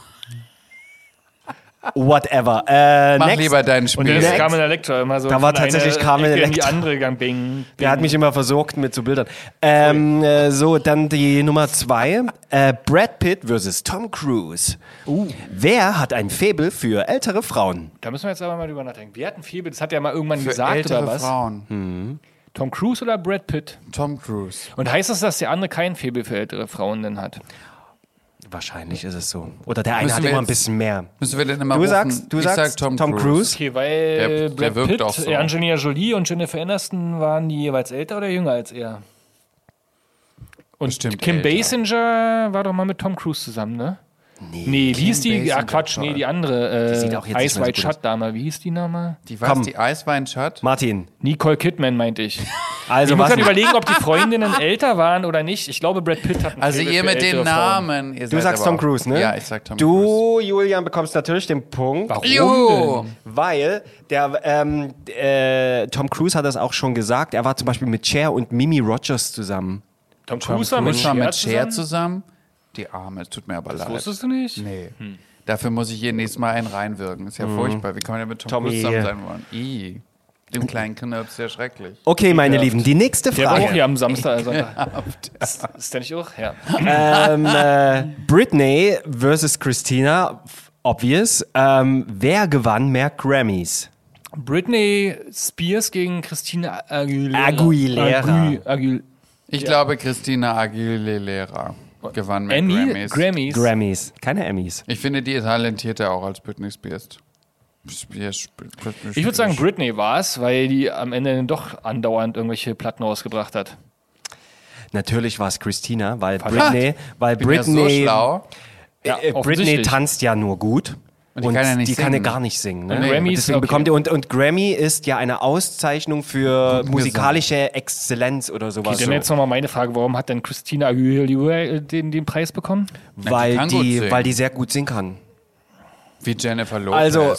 Whatever. Äh,
Mach
next.
lieber dein Spiel.
Und dann ist
Next.
Carmen Electra immer so.
Da war
von einer
tatsächlich Carmen
Ecke in die
Electra.
andere gegangen. Bing, bing.
Der hat mich immer versorgt mit so Bildern. Ähm, äh, so, dann die Nummer zwei. Äh, Brad Pitt versus Tom Cruise.
Uh.
Wer hat ein Faible für ältere Frauen?
Da müssen wir jetzt aber mal drüber nachdenken. Wir hatten viel, das hat ja mal irgendwann
Für
gesagt
ältere
oder was?
Frauen.
Hm.
Tom Cruise oder Brad Pitt?
Tom Cruise.
Und heißt das, dass der andere kein Faible für ältere Frauen denn hat?
Wahrscheinlich ist es so. Oder der eine
Müssen
hat
wir
immer ein
jetzt-
bisschen mehr.
Müssen wir denn immer
Du
rufen?
sagst, du
ich
sagst
sag Tom, Cruise.
Okay, weil
Der- der
Brad
wirkt
Pitt,
auch so.
äh, Angelina Jolie und Jennifer Aniston waren die jeweils älter oder jünger als er? Und
Bestimmt
Kim
älter.
Basinger war doch mal mit Tom Cruise zusammen, ne? Nee, wie hieß die?
Basinger
Ja, Quatsch,
schon.
nee, die andere. Äh,
sieht auch jetzt nicht
Ice
mehr so
White
gut aus.
Shut Dame, wie hieß die nochmal?
Die was?
Komm.
Die Eisweinschat?
Martin,
Nicole Kidman, meinte ich.
also
Ich muss
was?
gerade überlegen, ob die Freundinnen älter waren oder nicht. Ich glaube, Brad Pitt hat ein
Also
Faible
ihr
für
mit
ältere
den Namen. Ihr
Du sagst Tom Cruise, ne?
Ja, ich sag Tom Cruise.
Du, Julian, bekommst natürlich den Punkt.
Frauen. Warum
Juhu.
denn?
Weil der ähm, äh, Tom Cruise hat das auch schon gesagt. Er war zum Beispiel mit Cher und Mimi Rogers zusammen.
Tom
Tom
Cruise war mit
Cruise war mit Cher
Cher
zusammen.
zusammen?
Die Arme, es tut mir aber leid.
Wusstest du Hm. nicht?
Nee. Dafür muss ich hier nächstes Mal einen reinwirken. Ist ja furchtbar. Wie kann man denn mit Tom
Mhm. Tommy.
Cruise zusammen sein wollen? I. Dem kleinen Knirps ist ja schrecklich.
Okay, meine Lieben, die nächste
Der war auch
Frage.
hier am Samstag. Sonntag. Ist ist der nicht auch? Ja.
Ähm, äh, Britney versus Christina, f- obvious. Ähm, wer gewann mehr Grammys?
Britney Spears gegen Christina Aguilera.
Aguilera.
Agui- Aguil
Ich glaube, Christina Aguilera gewann mit
Emmy?
Grammys.
Grammys. Grammys.
Grammys, keine Emmys.
Ich finde, die ist talentierter auch als Britney Spears. Spears, Spears,
ich würde sagen, Britney war es, weil die am Ende doch andauernd irgendwelche Platten rausgebracht hat.
Natürlich war es Christina, weil Britney, weil
bin ja so
Britney,
schlau.
Ja,
äh, Britney
offensichtlich.
tanzt ja nur gut.
Und die kann ja nicht
die kann ja
singen.
gar nicht singen. Ne?
Und Grammys,
und deswegen
okay.
bekommt ihr und, und Grammy ist ja eine Auszeichnung für musikalische Exzellenz oder sowas.
Okay, dann jetzt nochmal meine Frage, warum hat denn Christina Aguilera den, den Preis bekommen?
die
weil
kann gut
die,
singen.
weil die sehr gut singen kann.
Wie Jennifer Lopez.
Also,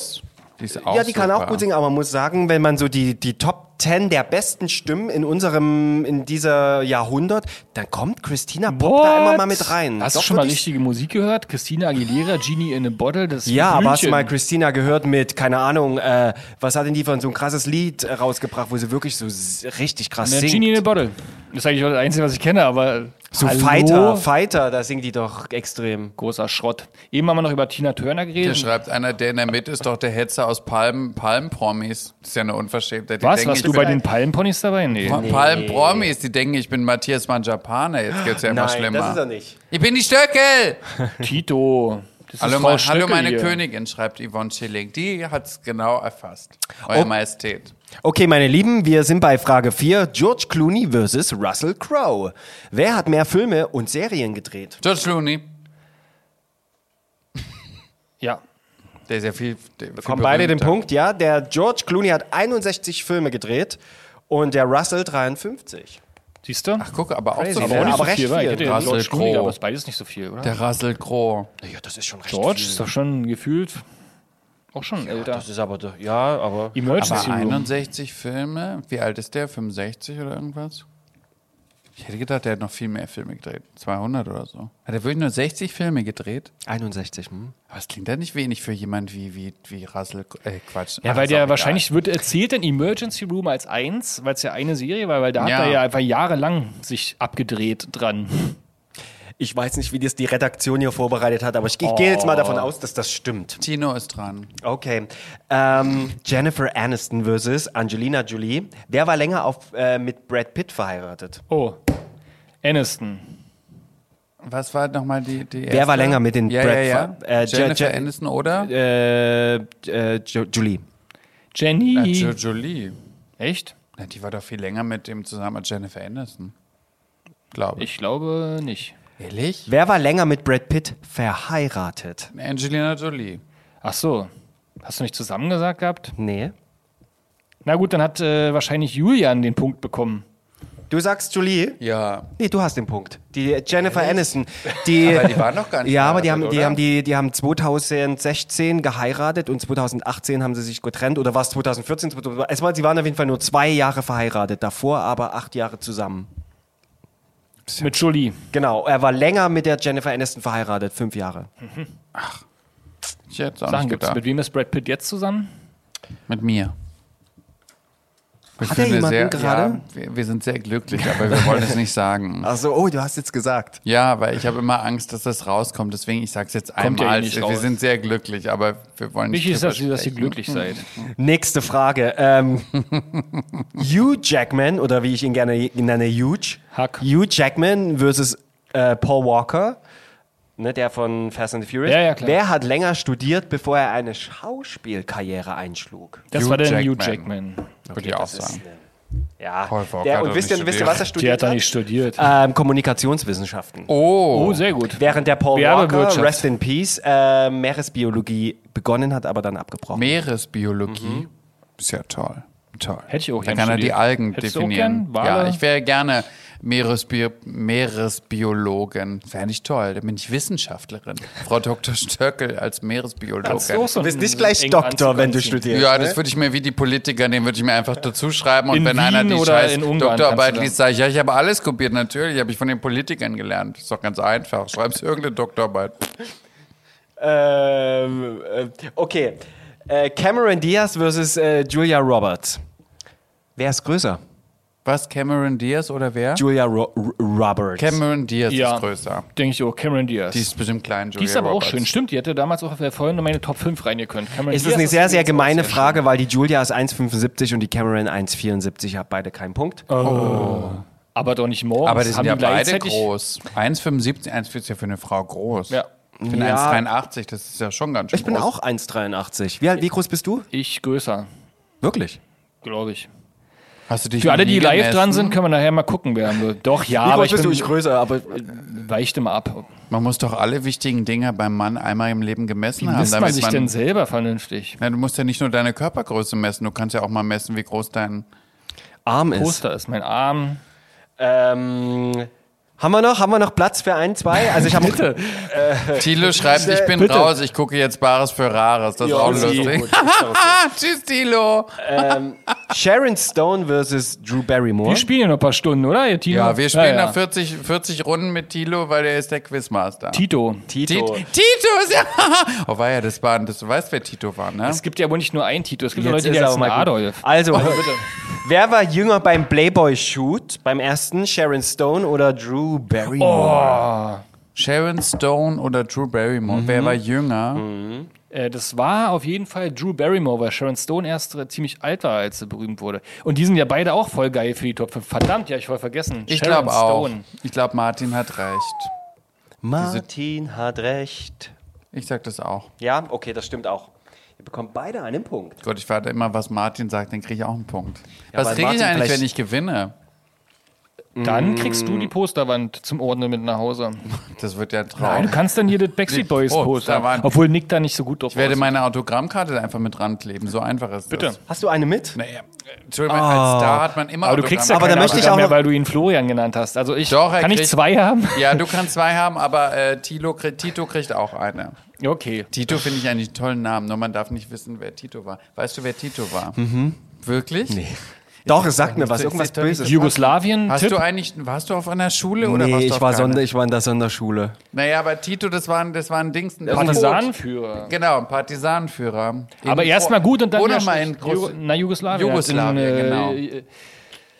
die ist auch
ja, die kann
super.
auch gut singen, aber man muss sagen, wenn man so die, die Top 10 der besten Stimmen in unserem, in dieser Jahrhundert, dann kommt Christina Pop da immer mal mit rein.
Hast
Doch,
du schon mal
wirklich.
richtige Musik gehört? Christina Aguilera, Genie in a Bottle, das ist
Ja,
ein
aber hast du
Blümchen.
mal Christina gehört mit, keine Ahnung, äh, was hat denn die von so ein krasses Lied äh, rausgebracht, wo sie wirklich so s- richtig krass
Ne,
singt?
Genie in a Bottle. Das ist eigentlich das Einzige, was ich kenne, aber.
so
Hallo?
Fighter, Fighter, da singt die doch extrem.
Großer Schrott. Eben haben wir noch über Tina Turner
Hier
geredet.
schreibt einer, der in der Mitte ist doch der Hetzer aus Palmen, Palmenpromis. Das ist ja eine Unverschämtheit. Die
Was?
denken,
Warst
ich
du
bin-
bei den Palmponys dabei? Nee.
Pa- Palmenpromis, die denken, ich bin Matthias Manjapane. Jetzt geht's ja immer
Nein,
schlimmer.
das ist er nicht.
Ich bin die Stöckel!
Tito. Das ist
Hallo,
Frau
mein,
Stöckel
hallo meine
hier.
Königin, schreibt Yvonne Schilling. Die hat's genau erfasst. Euer
Oh.
Majestät.
Okay, meine Lieben, wir sind bei Frage 4. George Clooney versus Russell Crowe. Wer hat mehr Filme und Serien gedreht?
George Clooney.
Ja.
Der ist ja viel. Der
Kommen beide den Punkt, ja. Der George Clooney hat 61 Filme gedreht und der Russell 53.
Siehst du?
Ach, guck, aber auch
Crazy,
so
ne?
viel.
aber
so
recht
viel. weil Ich
viel.
hätte ja
Russell
George Clooney,
Crowe.
aber ist beides nicht so viel, oder?
Der Russell Crowe.
Ja, das ist schon recht
George ist doch schon gefühlt Auch schon älter.
Das ist aber, doch- ja, aber.
Aber
Emergency Room.
61 Filme, wie alt ist der? 65 oder irgendwas? Ich hätte gedacht, der hat noch viel mehr Filme gedreht. 200 oder so. Hat er wirklich nur 60 Filme gedreht?
61. Hm?
Aber das klingt ja nicht wenig für jemand wie, wie, wie Russell, äh, Quatsch.
Ja,
Ach,
weil
ist auch
der
egal.
wahrscheinlich wird erzählt in Emergency Room als eins, weil es ja eine Serie war, weil da
Ja.
hat er ja einfach jahrelang sich abgedreht dran.
Ich weiß nicht, wie das die Redaktion hier vorbereitet hat, aber ich, ich gehe jetzt mal davon aus, dass das stimmt.
Tino ist dran.
Okay. Ähm, Jennifer Aniston versus Angelina Jolie. Wer war länger auf, äh, mit Brad Pitt verheiratet?
Oh. Aniston.
Was war nochmal die, die
Wer war länger mit den
ja,
Brad-
ja, ja.
äh, Je-
Jennifer
Je-
Aniston oder?
Äh, äh, Jo- Jolie.
Jenny.
Na, Jo- Jolie.
Echt?
Na, die war doch viel länger mit dem zusammen als Jennifer Aniston. Glaube ich.
Ich glaube nicht.
Ehrlich?
Wer war länger mit Brad Pitt verheiratet?
Angelina Jolie.
Ach so. Hast du nicht zusammen gesagt gehabt?
Nee.
Na gut, dann hat äh, wahrscheinlich Julian den Punkt bekommen.
Du sagst Jolie?
Ja.
Nee, du hast den Punkt. Die Jennifer Aniston. Die,
Aber die waren doch gar nicht
Ja, aber die haben,
verheiratet,
die,
oder?
haben die, die haben 2016 geheiratet und 2018 haben sie sich getrennt. Oder war es 2014? 2014? Es war, sie waren auf jeden Fall nur zwei Jahre verheiratet, davor aber acht Jahre zusammen.
Mit Jolie.
Genau, er war länger mit der Jennifer Aniston verheiratet, fünf Jahre.
Ich hätte auch
Sachen
nicht
gibt's.
gedacht.
Mit wem ist Brad Pitt jetzt zusammen?
Mit mir. Wir
Hat er
fühlen
jemanden
sehr,
gerade?
Ja, wir, wir sind sehr glücklich, aber wir wollen es nicht sagen.
Also, oh, du hast jetzt gesagt.
Ja, weil ich habe immer Angst, dass das rauskommt. Deswegen, ich sage es jetzt
Kommt ja eh
einmal.
nicht
wir
raus.
sind sehr glücklich, aber wir wollen nicht. Hm.
Wichtig ist,
drüber
dass ihr, dass ihr
sprechen.
glücklich seid.
Nächste Frage. Ähm, Hugh Jackman, oder wie ich ihn gerne nenne, Huge.
Huck.
Hugh Jackman versus äh, Paul Walker, ne, der von Fast and the Furious.
Ja, ja, klar.
Wer hat länger studiert, bevor er eine Schauspielkarriere einschlug?
Das
Hugh
war dann
Jackman.
Hugh Jackman.
Würde ich auch sagen.
Ja,
Paul Walker
der,
hat
und
doch
wisst
nicht
ihr, wisst ihr, was er
Die
studiert
hat
hat?
er nicht studiert.
Ähm, Kommunikationswissenschaften.
Oh,
Oh, sehr gut.
Während der Paul
Werbewirtschaft.
Walker, Rest in Peace, äh, Meeresbiologie begonnen hat, aber dann abgebrochen.
Meeresbiologie. Ist ja toll. Toll.
Mhm. Hätte ich auch
Dann
gern
kann er die
studiert.
Algen
Hättest du auch
definieren.
gern? Wale?
Ja, ich wäre gerne Meeresbi Meeresbiologin. Fände ich toll. Dann bin ich Wissenschaftlerin. Frau Dr. Stöckel als
Kannst du auch
Meeresbiologin.
so
Du bist
einen
nicht gleich
engen
Doktor,
Anzug
wenn du
anziehen.
studierst.
Ja,
ne?
das würde ich mir wie die Politiker, den würde ich mir einfach dazu schreiben. Und
In
wenn einer
Wien
die
oder
scheiß
in Ungarn kannst
Doktorarbeit
du
liest, sage ich, ja, ich habe alles kopiert. Natürlich, habe ich von den Politikern gelernt. Ist doch ganz einfach. Schreibst irgendeine Doktorarbeit.
Ähm, äh, okay. Äh, Cameron Diaz versus äh, Julia Roberts. Wer ist größer?
Was, Cameron Diaz oder wer?
Julia Ro R- Roberts.
Cameron Diaz
Ja.
ist größer.
Denke ich auch. Cameron Diaz.
Die ist bestimmt klein, Julia
Die ist aber
Roberts.
auch schön. Stimmt, die hätte damals auch vorhin in meine Top 5 reingekönnt. Cameron
ist
Diaz
das eine sehr, sehr
übrigens auch
gemeine
schön.
Frage, weil die Julia ist 1,75 und die Cameron 1,74. Ich habe beide keinen Punkt.
Aber doch nicht morgens.
Aber die sind
Haben
ja beide
gleichzeitig-
groß. 1,75, 1,40 ist ja für eine Frau groß.
Ja.
Ich bin
Ja.
1,83, das ist ja schon ganz schön
ich bin
groß.
auch 1,83. Wie, alt- wie groß bist du?
Ich größer,
Wirklich?
glaube ich.
Hast du dich
Für
noch
alle,
nie
die live
gemessen?
dran sind, können wir nachher mal gucken, wer haben wir. Doch, ja,
wie
aber
groß
ich
bist
bin,
du? Ich größer, aber äh,
weicht immer ab.
Man muss doch alle wichtigen Dinge beim Mann einmal im Leben gemessen haben.
Misst man
damit
sich denn selber vernünftig?
Na, du musst ja nicht nur deine Körpergröße messen, du kannst ja auch mal messen, wie groß dein.
arm ist.
Poster ist mein Arm.
Ähm, haben wir noch? Haben wir noch Platz für ein, zwei? Also ich habe
Thilo schreibt, Äh, ich bin raus, ich gucke jetzt Bares für Rares. Das ist auch lustig. Tschüss, Thilo.
Ähm, Sharon Stone versus Drew Barrymore.
Wir spielen ja noch ein paar Stunden, oder? ihr Tino?
Ja, wir spielen
Ja, ja.
nach 40, 40 Runden mit Thilo, weil der ist der Quizmaster.
Tito.
Tito. Tito ist ja. Oh, war ja das war, das, du weißt, wer Tito war, ne?
Es gibt ja wohl nicht nur einen Tito, es gibt ja
Jetzt
Leute, die
ist aber
heißen
mal gut.
Adolf.
Also,
bitte.
wer war jünger beim Playboy-Shoot? Beim ersten Sharon Stone oder Drew Barrymore?
Sharon Stone oder Drew Barrymore?
Mhm.
Wer war jünger?
Äh, das war auf jeden Fall Drew Barrymore, weil Sharon Stone erst äh, ziemlich alt war, als sie berühmt wurde. Und die sind ja beide auch voll geil für die Top 5. Verdammt, ja, ich voll vergessen.
Ich
Sharon
glaube auch.
Stone.
Ich glaube, Martin hat recht.
Martin hat recht.
Ich sag das auch.
Ja, okay, das stimmt auch. Ihr bekommt beide einen Punkt.
Gott, ich warte immer, was Martin sagt, dann kriege ich auch einen Punkt.
Ja,
was
weil
kriege ich
Martin
eigentlich,
vielleicht-
wenn ich gewinne?
Dann kriegst du die Posterwand zum Ordnen mit nach Hause.
Das wird ja ein Traum.
Nein, du kannst dann hier das Backstreet
Die
Boys Poster.
Posterwand.
Obwohl Nick da nicht so gut drauf
ich werde
ist.
meine Autogrammkarte einfach mit dran kleben. So einfach ist
Bitte.
das.
Hast du eine mit?
Naja, Entschuldigung,
Ah.
als Star hat man immer
Aber du kriegst ja
Autogramm-
Aber da
keine
möchte ich
Autogramme
auch
mehr,
noch-
weil du ihn Florian genannt hast. Also ich
Doch, er
kann ich
kriegt-
zwei haben?
Ja, du kannst zwei haben, aber äh, Tilo, krieg- Tito kriegt auch eine.
Okay.
Tito finde ich eigentlich einen tollen Namen, nur man darf nicht wissen, wer Tito war. Weißt du, wer Tito war?
Mhm.
Wirklich? Nee.
Doch, es sagt mir was,
Ich-
irgendwas
ich- ich-
Böses.
Jugoslawien,
Hast
Tipp.
du eigentlich, warst du auf einer Schule oder
Nee,
warst du
ich
auf
war,
keiner?
Sonder, ich war in der Sonderschule.
Naja, aber Tito, das war ein, das war ein Dings. ein
Partisanenführer.
Genau, ein Partisanenführer.
Aber erstmal gut und dann
Oder
ja
mal
schlecht.
in Groß
Ju- na, Jugoslawien.
Jugoslawien,
In, äh,
genau.
äh,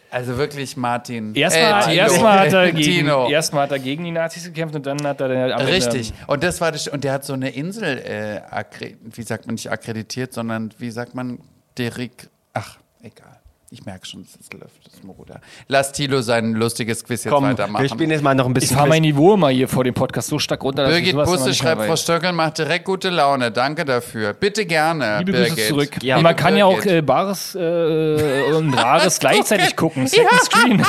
Also wirklich Martin. Äh,
Erstmal
Tino.
erstmal hat, er gegen-
Tino.
erstmal hat er gegen die Nazis gekämpft und dann hat er dann am Ende-
Richtig. Und das war das, und der hat so eine Insel, äh, akkre- wie sagt man nicht akkreditiert, sondern wie sagt man, Derek, ach, egal. Ich merke schon, es ist Luft, das Moruder. Lass Tilo sein lustiges Quiz jetzt
Komm,
weitermachen.
wir spielen jetzt mal noch ein
Ich
bisschen.
fahre mein
Quiz.
Niveau mal hier vor dem Podcast so stark runter, dass ich
Birgit
sowas immer
Busse
nicht mehr
schreibt, Frau
weiß.
Stöckel macht direkt gute Laune. Danke dafür. Bitte gerne.
Liebe
Birgit.
Grüße zurück. Ja,
Ja.
man
Liebe
kann ja auch
Birgit.
äh, Bares äh, und Rares gleichzeitig gucken. Second Screen.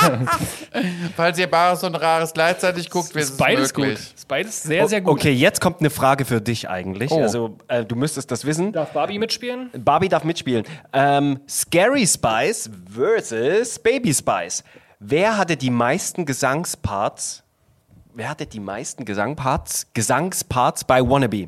Falls ihr Bares und Rares gleichzeitig guckt, wir
ist
sind
beides gut.
möglich.
Ist beides sehr, sehr gut.
Okay, jetzt kommt eine Frage für dich eigentlich.
Oh.
Also, äh, du müsstest das wissen.
Darf Barbie mitspielen?
Barbie darf mitspielen. Ähm, Scary Spice versus Baby Spice. Wer hatte die meisten Gesangsparts? Wer hatte die meisten Gesangparts, Gesangsparts bei Wannabe?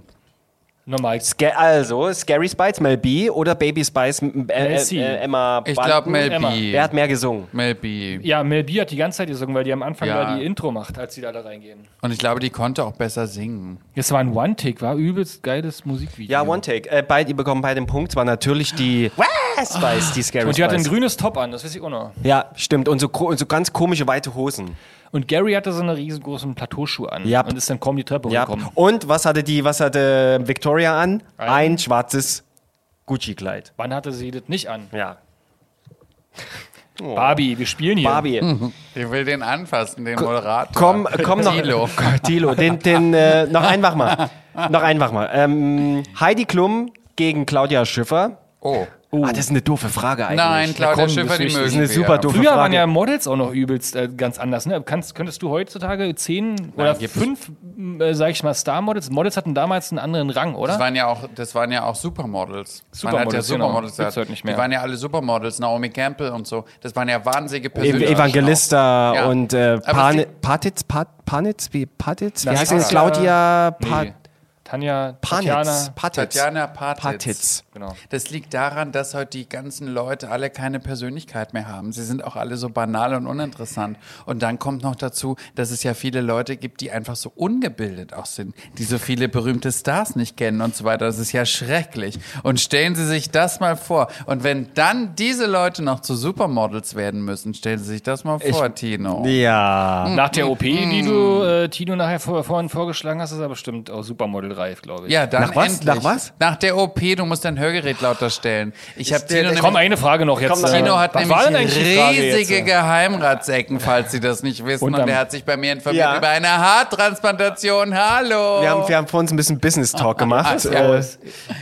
Normal.
Sca also, Scary Spice, Mel B oder Baby Spice, m- äh,
Mel
äh,
C.
äh, Emma
Ich
Bunton?
glaube, Mel
Emma.
B.
Wer hat mehr gesungen?
Mel B.
Ja, Mel B hat die ganze Zeit gesungen, weil die am Anfang
Ja.
da die Intro macht, als sie da alle reingehen.
Und ich glaube, die konnte auch besser singen.
Das war ein One-Take, war übelst geiles Musikvideo.
Ja, One Take. Äh, beide, die bekommen beide den Punkt. Es war natürlich die Spice, die Scary
Ah. und die
Spice.
hatte ein grünes Top an, das weiß ich auch noch.
ja, stimmt. Und so, ko- und so ganz komische weite Hosen.
Und Gary hatte so eine riesengroßen Plateauschuhe an
Ja.
und ist dann kaum die Treppe
Ja.
hochgekommen.
Und was hatte die, was hatte Victoria an?
Ein-
Ein schwarzes Gucci-Kleid.
Wann hatte sie das nicht an?
Ja.
Barbie, wir spielen hier.
Oh. Barbie.
Ich will den anfassen, den Moderator.
Mhm. Komm, komm noch.
Thilo.
Tilo. Den, den, äh, noch einfach mal. Noch einfach mal. Ähm, Heidi Klum gegen Claudia Schiffer.
Oh.
Ah, das ist eine doofe Frage eigentlich.
Nein, Claudia
komm,
Schiffer,
das
die
ist-
mögen
das ist eine
wir.
super doofe
Früher
Frage.
waren ja Models auch noch übelst äh, ganz anders. Ne? Kannst, könntest du heutzutage zehn oder
gibt's-
fünf, m, äh, sag ich mal, Star-Models? Models hatten damals einen anderen Rang,
Das
oder?
waren ja auch, das waren ja auch Supermodels. Man hat ja
Supermodels, genau.
Supermodels
Gibt's heute nicht mehr.
Die waren ja alle Supermodels, Naomi Campbell und so. Das waren ja wahnsinnige
Ev
Persönlichkeiten.
Evangelista
Ja.
und äh,
Aber
Pan
es gibt-
Patitz, Pat Panitz, wie Patitz? Wie
Das
heißt denn
ist
Claudia Pat
Nee. Tanja,
Panitz?
Tatjana.
Patitz.
Tatjana Patitz.
Patitz.
Genau.
Das liegt daran, dass heute die ganzen Leute alle keine Persönlichkeit mehr haben. Sie sind auch alle so banal und uninteressant. Und dann kommt noch dazu, dass es ja viele Leute gibt, die einfach so ungebildet auch sind, die so viele berühmte Stars nicht kennen und so weiter. Das ist ja schrecklich. Und stellen Sie sich das mal vor. Und wenn dann diese Leute noch zu Supermodels werden müssen, stellen Sie sich das mal vor, Tino.
Ja.
Nach der OP, die
Mm.
du äh, Tino nachher vor, vorhin vorgeschlagen hast, ist er bestimmt auch Supermodel-reif, glaube ich.
Ja, dann
Nach was?
Endlich.
Nach was?
Nach der OP, du musst dein Hörgerät lauter stellen. Ich habe Tino
Genau, Komm,
nämlich
eine Frage noch jetzt.
Komm,
äh,
Tino
Tino hat
was war denn
nämlich
eigentlich die Frage jetzt,
riesige
äh?
Geheimratsecken, falls Sie das nicht wissen. Und,
Unterm-
er hat sich bei mir informiert
Ja.
über eine Haartransplantation. Hallo.
Wir haben, wir haben vor uns ein bisschen Business Talk gemacht.
ja.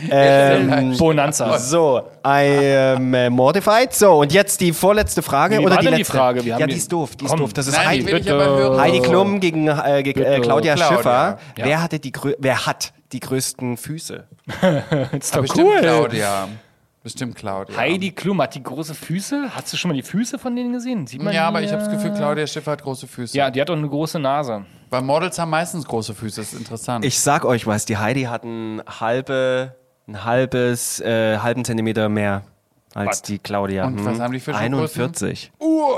äh, ähm,
Bonanza.
so, I am äh, mortified. So, und jetzt die vorletzte Frage
Wie
oder
war
die
denn die
letzte?
Frage? Wir haben
ja,
die-
die ist doof, die ist
Komm.
doof. Das ist
Nein,
Heidi,
die will ich aber hören.
Heidi Klum gegen äh, ge äh, Claudia,
Claudia.
Schiffer.
Ja.
Wer hatte die grö- wer hat die größten Füße?
Ist doch
Bestimmt
cool.
Claudia. Bestimmt Claudia.
Heidi Klum hat die große Füße. Hast du schon mal die Füße von denen gesehen? Sieht man
Ja,
die,
aber ich habe das
äh,
Gefühl, Claudia Schiffer hat große Füße.
Ja, die hat auch eine große Nase.
Weil Models haben meistens große Füße, das ist interessant.
Ich sag euch was, die Heidi hat ein halbe, ein halbes, äh, halben Zentimeter mehr als
Was?
die Claudia. Hm?
Und was haben die für Schuhgrößen?
41.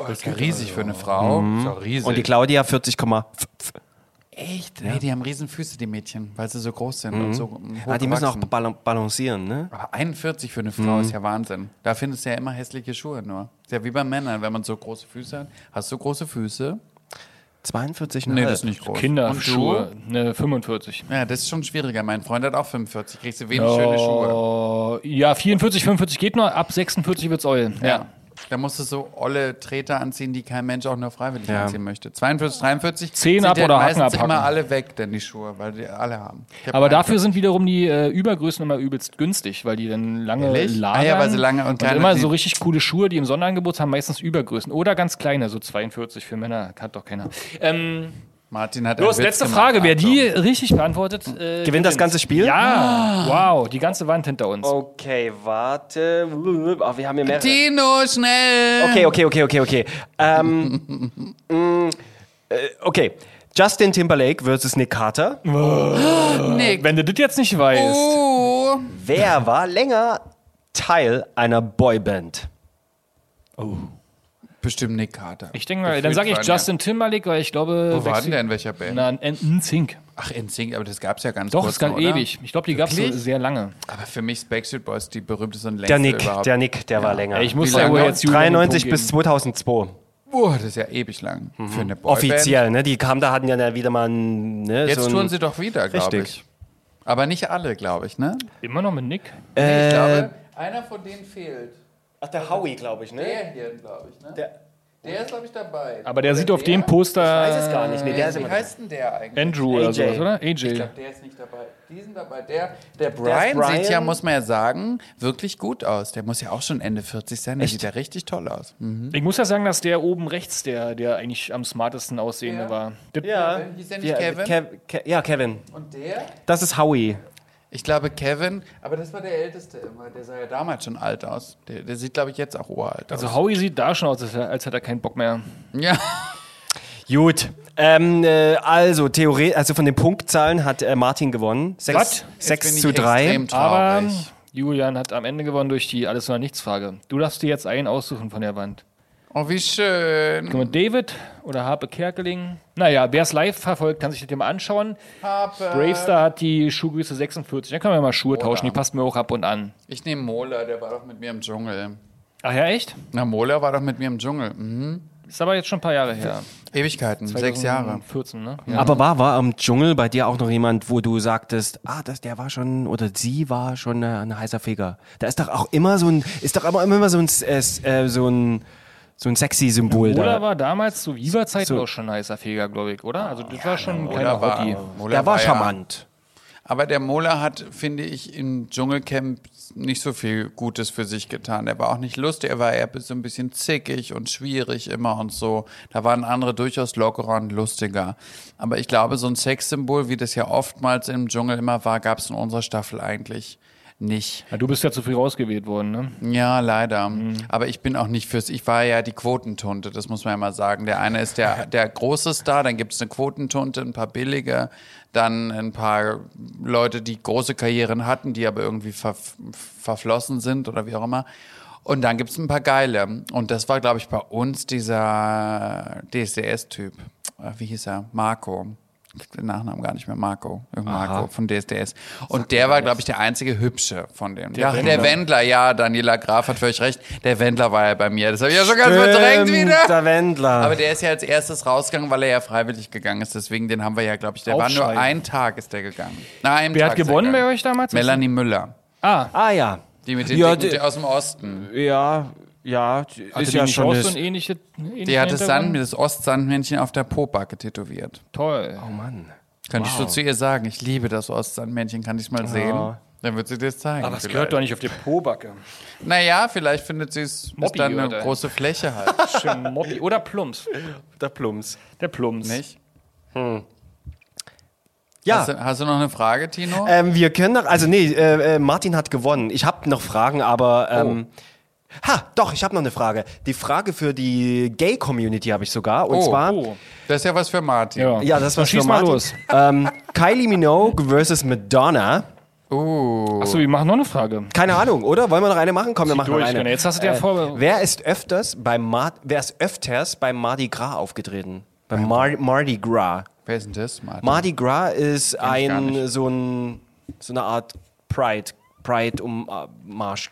das ist ja riesig für eine Frau.
Mhm.
Ist ja riesig.
Und die Claudia 40,5.
Echt? Nee, die haben riesen Füße, die Mädchen, weil sie so groß sind
Mhm.
und so hoch
Ah, die müssen auch
gewachsen.
balan- balancieren, ne?
Aber 41 für eine Frau
Mhm.
ist ja Wahnsinn. Da findest du ja immer hässliche Schuhe nur. Ist ja wie bei Männern, wenn man so große Füße hat. Hast du große Füße?
42
Äh,
Nee, das ist nicht groß. Und du?
Kinderschuhe. Ne, 45.
Ja, das ist schon schwieriger. Mein Freund hat auch 45. Kriegst du wenig schöne Schuhe.
Oh, ja, 44, 45 geht noch. Ab 46 wird's eul. Ja.
Ja. Da musst du so olle Treter anziehen, die kein Mensch auch nur freiwillig
Ja.
anziehen möchte. 42, 43.
Zehen
sind
ab
ja
oder Haken
meistens
abhacken.
immer alle weg, denn die Schuhe, weil die alle haben. Ich hab
Aber
keine-
dafür sind wiederum die äh, Übergrößen immer übelst günstig, weil die dann lange
Ehrlich?
lagern.
Ah ja, weil sie lange und
und
kleine-
immer so richtig coole Schuhe, die im Sonderangebot haben, meistens Übergrößen. Oder ganz kleine, so 42 für Männer, hat doch keiner. Ähm,
Martin hat
los,
einen Witz
letzte
gemacht. Also,
Frage. Wer
Achtung.
die richtig beantwortet, äh,
Gewinnt das ganze Spiel?
Ja,
Ah.
wow, die ganze Wand hinter uns.
Oh.
Okay, warte. Ach, wir haben hier mehrere.
Dino, schnell!
Okay, okay, okay, okay, okay. Ähm, mm, äh, okay. Justin Timberlake versus Nick Carter.
Nick.
Wenn du das jetzt nicht weißt.
Oh.
Wer war länger Teil einer Boyband?
Bestimmt Nick Carter.
Ich denke mal,
Gefühlt
dann sage ich
waren ja-
Justin Timberlake, weil ich glaube.
Wo war
Backstreet-
denn der in welcher Band?
Na, in- in Zink.
Ach, NSYNC, aber das gab es ja ganz
Doch,
kurz
ist ganz
noch, oder?
ewig. Ich glaube, die gab es so
Wirklich?
sehr lange.
Aber für mich ist Backstreet Boys die berühmteste und längste
Der Nick,
überhaupt.
der Nick, der war länger.
Ich muss
Wie
da
lange?
wohl jetzt Julian den
93
Punkt
bis
geben.
2002.
Boah, Uh, das ist ja ewig lang
Mhm.
für eine Boyband.
Offiziell, ne? Die kamen da, hatten ja dann wieder mal ein, ne,
Jetzt
so ein,
touren sie doch wieder, glaube
Richtig.
ich. Aber nicht alle, glaube ich, ne?
Immer noch mit Nick.
Äh,
Nee, ich glaube, einer von denen fehlt.
Ach, der Howie, glaube ich, ne?
Der hier, glaube ich, ne?
Der-
Der ist, glaube ich, dabei.
Aber der sieht auf dem Poster
gar nicht. Nee,
Wie heißt denn der eigentlich?
Andrew oder
AJ.
sowas, oder?
Ich
AJ.
glaube, der ist nicht dabei. Die sind dabei. Der, der Brian,
Brian.
sieht ja, muss man ja sagen, wirklich gut aus. Der muss ja auch schon Ende 40 sein. Der sieht ja richtig toll aus. Mhm.
Ich muss ja sagen, dass der oben rechts der, der eigentlich am smartesten aussehende war. Das-
Ja.
Hieß der nicht
Ja,
Kevin?
äh, Kev- Ke ja, Kevin.
Und der?
Das ist Howie.
Ich glaube, Kevin, aber das war der Älteste immer. Der sah ja damals schon alt aus. Der, der sieht, glaube ich, jetzt auch uralt aus.
Also Howie sieht da schon aus, als, als hätte er keinen Bock mehr.
ja.
Gut. Ähm, äh, also, Theorie, also von den Punktzahlen hat äh, Martin gewonnen.
Was?
Sechs,
Jetzt
sechs
bin
zu
ich
drei.
Extrem
Aber
traurig.
ähm, Julian hat am Ende gewonnen durch die Alles- oder Nichts-Frage. Du darfst dir jetzt einen aussuchen von der Wand.
oh, wie schön.
Guck mal, David oder Harpe Kerkeling. Naja, wer es live verfolgt, kann sich das ja mal anschauen. Bravestar hat die Schuhgröße 46. Dann können wir mal Schuhe tauschen, die passt mir auch ab und an.
Ich nehme Mola, der war doch mit mir im Dschungel.
Ach ja, echt?
Na, Mola war doch mit mir im Dschungel. Mhm.
Ist aber jetzt schon ein paar Jahre her.
Ewigkeiten, sechs Jahre.
14, ne?
Aber war, war im Dschungel bei dir auch noch jemand, wo du sagtest, ah, das, der war schon, oder sie war schon äh, ein heißer Feger. Da ist doch auch immer so ein, ist doch immer, immer so ein, äh, so ein, so ein sexy Symbol
Oder
da.
war damals zu Viva-Zeit
So-
auch schon ein heißer Feger, glaube ich, oder? Also das war schon kein
Mola war,
Hobby.
Mola
Der war
ja-
charmant.
Aber der Mola hat, finde ich, im Dschungelcamp nicht so viel Gutes für sich getan. Er war auch nicht lustig, er war eher so ein bisschen zickig und schwierig immer und so. Da waren andere durchaus lockerer und lustiger. Aber ich glaube, so ein Sexsymbol, wie das ja oftmals im Dschungel immer war, gab es in unserer Staffel eigentlich nicht.
Ja, Ah, du bist ja zu früh rausgewählt worden, ne?
Ja, leider. Aber ich bin auch nicht fürs. Ich war ja die Quotentunte, das muss man ja mal sagen. Der eine ist der, der große Star, dann gibt's eine Quotentunte, ein paar billige, dann ein paar Leute, die große Karrieren hatten, die aber irgendwie ver, verflossen sind oder wie auch immer. Und dann gibt's ein paar geile. Und das war, glaube ich, bei uns dieser DSDS-Typ. Äh, Wie hieß er? Marco. Ich krieg den Nachnamen gar nicht mehr. Marco. Irgendein Marco von DSDS. Und der war, glaube ich, der einzige Hübsche von dem. ja, der Wendler, ja, Daniela Graf hat völlig recht. Der Wendler war ja bei mir. Das habe ich ja schon ganz verdrängt wieder.
Der Wendler.
Aber der ist ja als erstes rausgegangen, weil er ja freiwillig gegangen ist. Deswegen, den haben wir ja, glaube ich, der war
Aufschrei.
nur ein Tag ist der gegangen. Nein,
Wer hat gewonnen bei euch damals?
Melanie Müller.
Ah,
ah ja.
Die mit den
Ja,
Dicken,
die-
die aus dem
Mhm.
Osten. Ah,
Ja, ja,
hatte
ist
die
ja
nicht
schon
auch
das-
so ein ähnliches
Die hat das, Sand, das Ostsandmännchen auf der Popacke tätowiert.
Toll.
Könnte ich so zu ihr sagen, ich liebe das Ostsandmännchen, kann ich mal sehen? Dann wird sie dir das zeigen.
Aber es
vielleicht.
gehört doch nicht auf die Pobacke.
Naja, vielleicht findet sie es ist
Mobby
dann eine
gehört ein.
große Fläche halt,
Schön Mobby. Oder Plumps.
Der Plums.
Der Plumps.
nicht?
Ja,
Hast, du, hast du noch eine Frage, Tino?
Äh,
ähm, wir können noch, also nee, äh, äh, Martin hat gewonnen. Ich habe noch Fragen, aber
Oh.
ähm, ha, doch, ich habe noch eine Frage. Die Frage für die Gay Community habe ich sogar und
Oh.
zwar
Oh.
Das ist ja was für Martin.
ja, das war
Dann Schieß
schon
mal
Martin.
los.
Ähm, Kylie Minogue versus Madonna.
Achso, wir machen noch eine Frage.
Keine Ahnung, oder? Wollen wir noch eine machen? Komm, wir machen
durch,
noch eine. Äh,
René. Jetzt hast du dir ja vor-
Wer ist öfters beim Mar wer ist öfters beim Mardi Gras aufgetreten? Beim Mar Mardi Gras.
Wer ist denn das, Martin?
Mardi Gras ist
gar
ein
nicht.
so, ein so eine Art Pride Pride um äh, Marsch.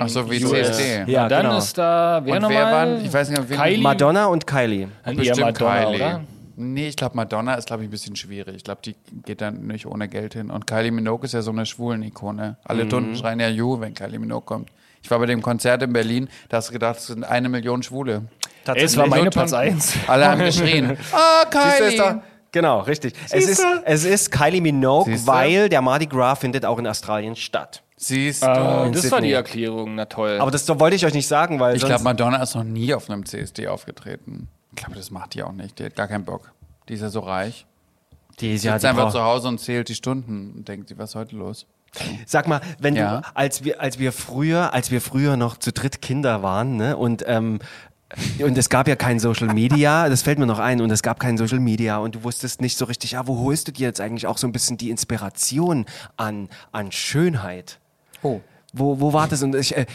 Ach so, wie
US.
CSD.
Ja,
Na, dann
genau.
ist da, wer
Und
nochmal?
wer waren- ich weiß nicht, ob wir-
Kylie.
Madonna und Kylie.
Dann eher
Bestimmt
Madonna,
Kylie.
oder?
Nee, ich glaube, Madonna ist, glaube ich, ein bisschen schwierig. Ich glaube, die geht dann nicht ohne Geld hin. Und Kylie Minogue ist ja so eine schwulen Ikone. Alle
Mhm.
Tunden schreien ja Ju, wenn Kylie Minogue kommt. Ich war bei dem Konzert in Berlin, da hast du gedacht, es sind eine Million Schwule.
Es war meine
Nur
Platz
Tunden.
1.
Alle haben geschrien. Ah,
Siehst du, ist
Kylie!
da- Genau, richtig. Es ist, es ist Kylie Minogue,
Siehst du?
weil der Mardi Gras findet auch in Australien statt.
Siehst du?
Ah, das war
Sydney.
die Erklärung, na toll.
Aber das doch wollte ich euch nicht sagen, weil
Ich
sonst-
glaube, Madonna ist noch nie auf einem CSD aufgetreten. Ich glaube, das macht die auch nicht. Die hat gar keinen Bock. Die ist ja so reich.
die ist
Die
ja
sitzt
die
einfach
Frau.
zu Hause und zählt die Stunden und denkt sich, was ist heute los?
Sag mal, wenn
Ja.
du, als wir, als wir früher, als wir früher noch zu dritt Kinder waren, ne, und, ähm, und es gab ja kein Social Media, das fällt mir noch ein, und es gab kein Social Media und du wusstest nicht so richtig, ja, wo holst du dir jetzt eigentlich auch so ein bisschen die Inspiration an, an Schönheit?
Oh.
Wo, wo war das? Und ich, äh,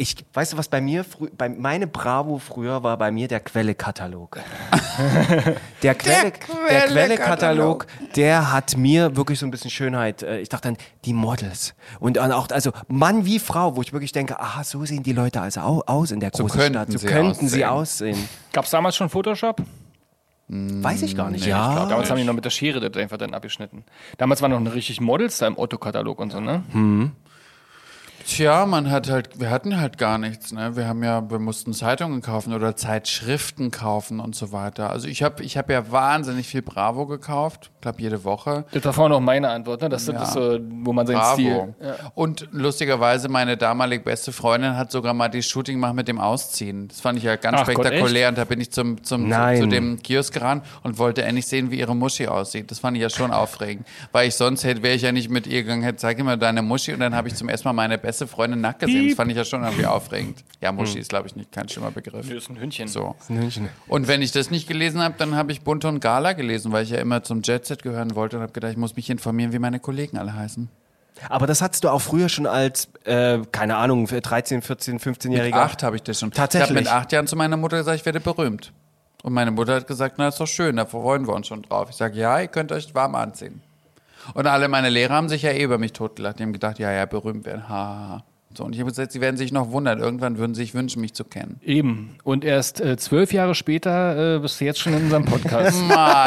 ich, weißt du, was bei mir, frü- bei meine Bravo früher war bei mir der Quelle-Katalog. der Quelle, der Quelle-Katalog, der hat mir wirklich so ein bisschen Schönheit. äh, Ich dachte dann, die Models. Und dann auch, also Mann wie Frau, wo ich wirklich denke, aha, so sehen die Leute also au- aus in der großen
könnten
Stadt. So
sie
könnten sie aussehen.
Gab es damals schon Photoshop?
Weiß ich gar nicht.
ich
ja.
glaub-
Damals haben die noch mit der Schere das einfach dann abgeschnitten. Damals waren noch richtig Models da im Otto-Katalog und so, ne?
Tja, man hat halt, wir hatten halt gar nichts. Ne? Wir haben ja, wir mussten Zeitungen kaufen oder Zeitschriften kaufen und so weiter. Also ich habe, ich habe ja wahnsinnig viel Bravo gekauft, glaube jede Woche.
Das war vorhin auch meine Antwort, ne? Das, das ist so, wo man seinen
Bravo.
Stil.
Und lustigerweise, meine damalig beste Freundin hat sogar mal die Shooting gemacht mit dem Ausziehen. Das fand ich ja ganz
Ach Gott,
spektakulär. und da bin ich zum, zum, zu,
Nein.
zu dem Kiosk gerannt und wollte endlich sehen, wie ihre Muschi aussieht. Das fand ich ja schon aufregend. Weil ich sonst hätte, wäre ich ja nicht mit ihr gegangen, hätte, zeig mir deine Muschi und dann habe ich zum ersten Mal meine beste Freundin nackt gesehen. Das fand ich ja schon irgendwie aufregend. Ja, Muschi
Hm.
ist, glaube ich, nicht kein schlimmer Begriff.
Das ist ein Hündchen.
So. Und wenn ich das nicht gelesen habe, dann habe ich Bunte und Gala gelesen, weil ich ja immer zum Jet Set gehören wollte und habe gedacht, ich muss mich informieren, wie meine Kollegen alle heißen.
Aber das hattest du auch früher schon als, äh, keine Ahnung, 13, 14, 15-Jähriger.
Mit acht habe ich das schon.
Tatsächlich?
Ich habe mit acht Jahren zu meiner Mutter gesagt, ich werde berühmt. Und meine Mutter hat gesagt, na ist doch schön, da freuen wir uns schon drauf. Ich sage, ja, ihr könnt euch warm anziehen. Und alle meine Lehrer haben sich ja eh über mich totgelacht. Die haben gedacht, ja, ja, berühmt werden. Ha, ha, ha. So, und ich habe gesagt, sie werden sich noch wundern. Irgendwann würden sie sich wünschen, mich zu kennen.
Eben. Und erst äh, zwölf Jahre später äh, bist du jetzt schon in unserem Podcast.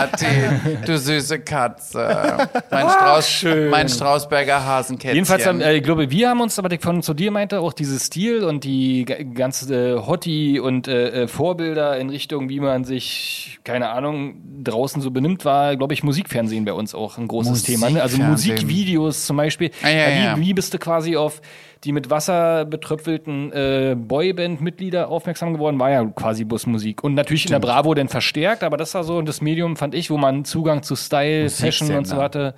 Martin, du süße Katze. Mein,
Ah,
Strauß, mein Straußberger Hasenkätzchen.
Jedenfalls, haben, äh, ich glaube, wir haben uns, aber ich von zu dir meinte, auch dieses Stil und die ga- ganze äh, Hottie und äh, äh, Vorbilder in Richtung, wie man sich, keine Ahnung, draußen so benimmt, war, glaube ich, Musikfernsehen bei uns auch ein großes Thema. Ne? Also
Musikfernsehen.
Musikvideos zum Beispiel.
Ah,
Äh,
ja,
wie,
ja.
wie bist du quasi auf die mit Wasser betröpfelten äh, Boyband-Mitglieder aufmerksam geworden? War ja quasi Busmusik. Und natürlich in der Bravo dann verstärkt, aber das war so das Medium, fand ich, wo man Zugang zu Style, Fashion und so
Musiksender.
hatte.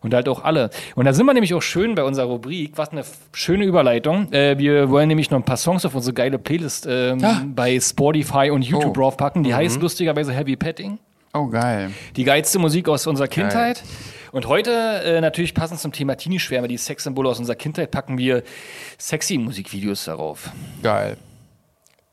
Und halt auch alle. Und da sind wir nämlich auch schön bei unserer Rubrik. Was eine f- schöne Überleitung. Äh, wir wollen nämlich noch ein paar Songs auf unsere geile Playlist ähm, bei Spotify und YouTube
Oh.
draufpacken. Die heißt lustigerweise Heavy Petting.
oh, geil.
Die geilste Musik aus unserer Kindheit. Und heute, äh, natürlich passend zum Thema Teenie-Schwärme, die Sexsymbole aus unserer Kindheit, packen wir sexy Musikvideos darauf.
Geil.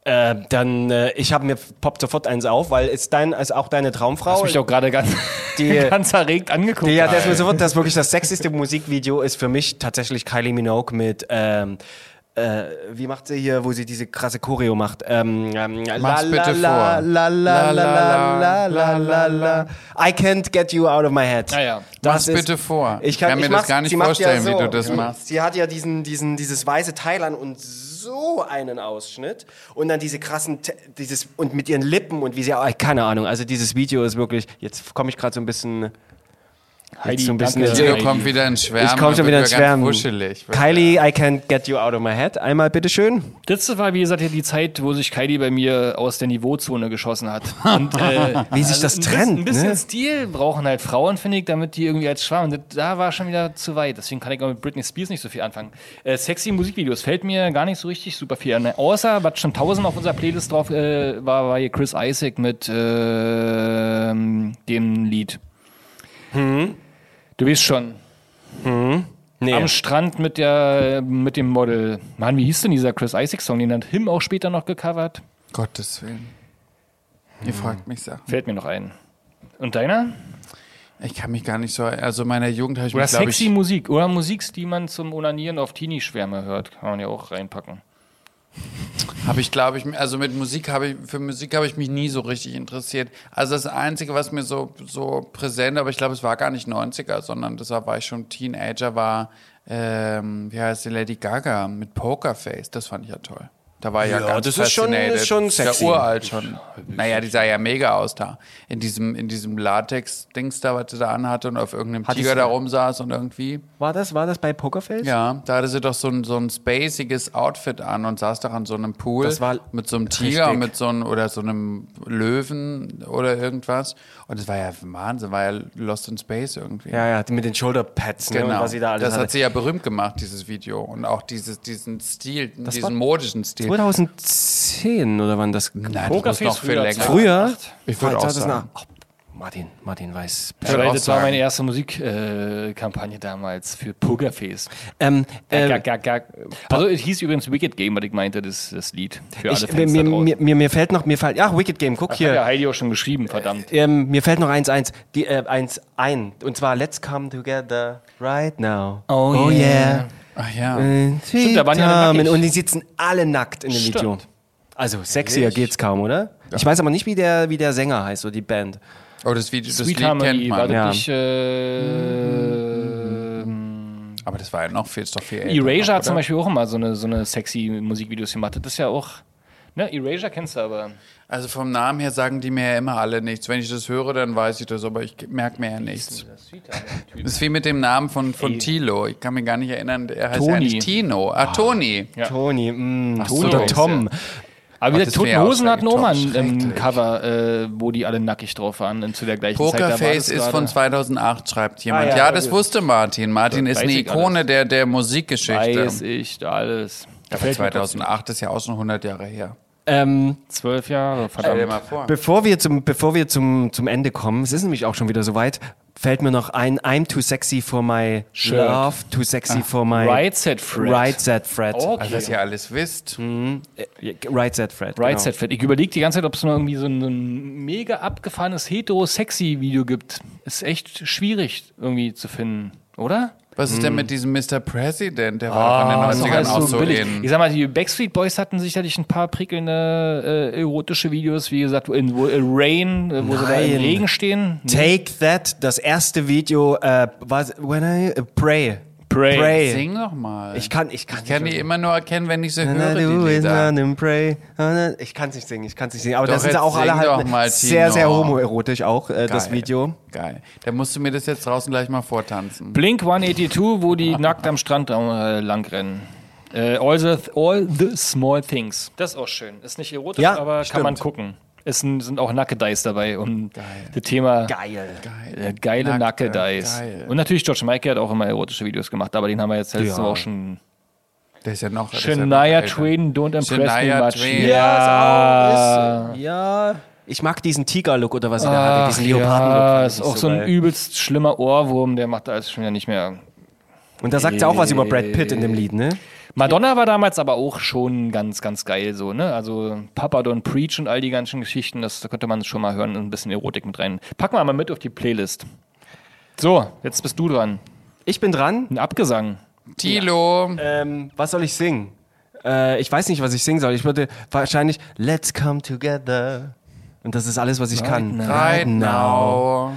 Äh, dann, äh, ich habe mir poppt sofort eins auf, weil ist dein, ist auch deine
Hast
Traumfrau.
mich auch gerade ganz,
Die-
ganz erregt angeguckt.
Ja, das, ist mir sofort, das wirklich das sexyste Musikvideo ist für mich tatsächlich Kylie Minogue mit, ähm, äh, wie macht sie hier, wo sie diese krasse Choreo macht? Ähm, ähm,
Mach's bitte
la,
vor.
la, la, la, la, la, la, la. I can't get you out of my head.
Ah ja.
Das
Mach's bitte vor.
Ich kann, mir das gar nicht vorstellen, ja so.
wie du das machst.
Sie hat ja diesen, diesen, dieses weiße Teil an und so einen Ausschnitt und dann diese krassen, Te- dieses und mit ihren Lippen und wie sie, ah, keine Ahnung. Also dieses Video ist wirklich. Jetzt komme ich gerade so ein bisschen.
Heidi,
jetzt so ein bisschen
danke.
Leo
Heidi.
kommt wieder in Schwärmen.
ich komme
und
schon
wird
wieder ins
ganz
Schwärmen.
Wuschelig.
Kylie, I can't get you out of my head. Einmal bitteschön.
Das war, wie gesagt, ja die Zeit, wo sich Heidi bei mir aus der Niveauzone geschossen hat. Und, äh,
Wie sich das
ein
trennt,
Bisschen, ein bisschen
ne?
Stil brauchen halt Frauen, finde ich, damit die irgendwie als Schwarm. Das- Da war schon wieder zu weit. Deswegen kann ich auch mit Britney Spears nicht so viel anfangen. Äh, sexy Musikvideos fällt mir gar nicht so richtig super viel an. Außer, was schon tausend auf unserer Playlist drauf äh, war, war hier Chris Isaac mit äh, dem Lied. Du weißt schon.
Hm? Nee.
Am Strand mit der mit dem Model. Mann, wie hieß denn dieser Chris Isaac Song? Den hat Him auch später noch gecovert.
Gottes Willen.
Hm.
Ihr fragt mich Sachen.
Fällt mir noch ein. Und deiner?
Ich kann mich gar nicht so. Also, in meiner Jugend habe ich
Oder
mich, glaube
sexy
ich.
Musik. Oder Musik, die man zum Onanieren auf Teenie-Schwärme hört. Kann man ja auch reinpacken.
Habe ich, glaube ich, also mit Musik habe ich, für Musik habe ich mich nie so richtig interessiert. Also das Einzige, was mir so, so präsent, aber ich glaube, es war gar nicht 90er, sondern deshalb war ich schon Teenager, war, ähm, wie heißt die Lady Gaga mit Pokerface. Das fand ich ja toll. Da war ich ja,
Ja,
ganz
das ist schon-
fascinated.
ist schon
Das ist
sexy.
Ja uralt schon. Naja, die sah ja mega aus da. In diesem, in diesem Latex-Dings da, was sie da anhatte und auf irgendeinem
Hat die
Tiger
so-
da rumsaß und irgendwie.
War das, war das bei Pokerface?
Ja, da hatte sie doch so ein, so ein spaciges Outfit an und saß doch an so einem Pool
Das war
mit so einem Tiger
richtig.
und mit so einem, oder so einem Löwen oder irgendwas. Und es war ja Wahnsinn, war ja Lost in Space irgendwie.
Ja, ja, mit den Shoulderpads, ne, und
Genau.
was sie da alles
das
hatte.
hat sie ja berühmt gemacht, dieses Video. Und auch dieses, diesen Stil,
war-
diesen modischen Stil.
2010 oder wann das?
Nein, das
Pokerface
muss noch viel
früher
länger.
als-
Früher?
Ich würde auch
2008.
sagen.
Ach, Martin, Martin weiß.
würd
Weil
auch
das war
sagen.
meine erste Musikkampagne äh, Kampagne damals für Pokerface.
Ähm, äh,
Gag, gag, gag. Also es hieß übrigens Wicked Game, was ich meinte, das, das Lied. Für alle
ich, äh, mir,
Fans da draußen.
mir, mir, mir fällt noch, mir fällt, ach, Wicked Game, guck
Hat ja
hier.
Heidi auch schon geschrieben, verdammt.
Ähm, mir fällt noch eins, eins, die, äh, eins ein. Und zwar, let's come together right now.
Oh yeah.
Ach ja.
Stimmt,
da waren die alle nackig.
Und die sitzen alle nackt in dem
Stimmt.
Video. Also, sexier geht's kaum, oder? Ich weiß aber nicht, wie der, wie der Sänger heißt, so die Band.
Oh, das Video, das
Sweet
Lied kennt
Harmony war
man.
Ja.
wirklich... Äh,
Aber das war ja noch viel, ist doch viel älter.
Erasure hat
Hm. oder?
zum Beispiel auch immer so eine, so eine sexy Musikvideos gemacht. Das ist ja auch... Ne, Erasure kennst du aber.
Also vom Namen her sagen die mir ja immer alle nichts. Wenn ich das höre, dann weiß ich das, aber ich merke mir ja nichts. Das ist wie mit dem Namen von, von Tilo. Ich kann mir gar nicht erinnern, er heißt
Toni.
ja nicht Tino. Ah, Toni.
Ja.
Tony, mh,
so,
oder
ist
Tom.
Aber
Gott,
wie
das
gesagt, Toten
wär
Hosen hatten auch mal ein
schrecklich.
ähm, Cover, äh, wo die alle nackig drauf waren und zu der gleichen Zeit. da war das
Pokerface ist
gerade-
von 2008, schreibt jemand.
Ah, ja,
ja,
ja,
das
gut.
wusste Martin. Martin
Das
ist
weiß
eine
ich
Ikone
alles.
der, der Musikgeschichte.
Weiß ich alles. Da
Aber 2008 ist ja auch schon 100 Jahre her.
Ähm,
Zwölf Jahre,
Stell
Äh,
dir
verdammt.
mal vor.
Bevor wir zum, bevor wir zum, zum Ende kommen, es ist nämlich auch schon wieder soweit, fällt mir noch ein, I'm too sexy for my
Shirt. Ah.
love, too sexy for my
Right Said Fred. Oh.
Right Set Fred.
Also, dass ihr alles wisst.
Right Set Fred.
Right
genau.
Said Fred. Ich überlege die ganze Zeit, ob es noch irgendwie so ein, so ein mega abgefahrenes hetero-sexy-Video gibt. Ist echt schwierig irgendwie zu finden, oder?
Was ist denn mit diesem Mr. President? Der war doch in den 90ern auch so in.
Ich sag mal, die Backstreet Boys hatten sicherlich ein paar prickelnde äh, erotische Videos, wie gesagt, wo in wo, äh, Rain, äh, wo sie da im
Nein.
Regen stehen.
Take That, das erste Video, äh, was, when I, äh, Pray.
Pray.
Sing doch mal.
Ich kann, ich kann
Ich kann die immer nur erkennen, wenn ich sie höre,
Na,
die
du bist
Lieder.
an dem Prey. Ich kann es nicht singen, ich kann es nicht singen. Aber
Doch,
das ist
jetzt
ja auch
sing
alle
doch
halt
mal,
sehr,
Tino.
sehr homoerotisch auch, äh, das
Geil.
Video.
Geil. Da musst du mir das jetzt draußen gleich mal vortanzen.
Blink 182, wo die nackt am Strand äh, langrennen. Äh, all, the, all the Small Things. Das ist auch schön. Ist nicht erotisch,
Ja,
aber
stimmt.
kann man gucken. Es sind sind auch Nackedeis dabei und das Thema
Geil.
äh, geile
Nacke,
Nackedeis.
geil.
Und natürlich George Michael hat auch immer erotische Videos gemacht, aber den haben wir jetzt letztes
Ja.
Mal auch schon.
Das ist ja noch. das ist ja noch
Shania
älter.
Twain, Don't Impress
Shania
Me Much.
Twain.
Ja,
Äh.
ist auch, ist, ja. Ich mag diesen Tiger-Look oder was er da hatte, diesen Leoparden-Look.
ja,
fand
ist
ich
auch so ein
geil.
übelst schlimmer Ohrwurm, der macht da alles schon wieder nicht mehr.
Und da sagt er auch was über Brad Pitt in dem Lied, ne?
Madonna war damals aber auch schon ganz, ganz geil so, ne? Also Papa Don't Preach und all die ganzen Geschichten, das da könnte man schon mal hören und ein bisschen Erotik mit rein. Packen wir mal mit auf die Playlist. So, jetzt bist du dran.
Ich bin dran.
Ein Abgesang.
Tilo.
Ähm, was soll ich singen? Äh, ich weiß nicht, was ich singen soll. Ich würde wahrscheinlich Let's Come Together. Und das ist alles, was ich kann.
Right
Genau.
now.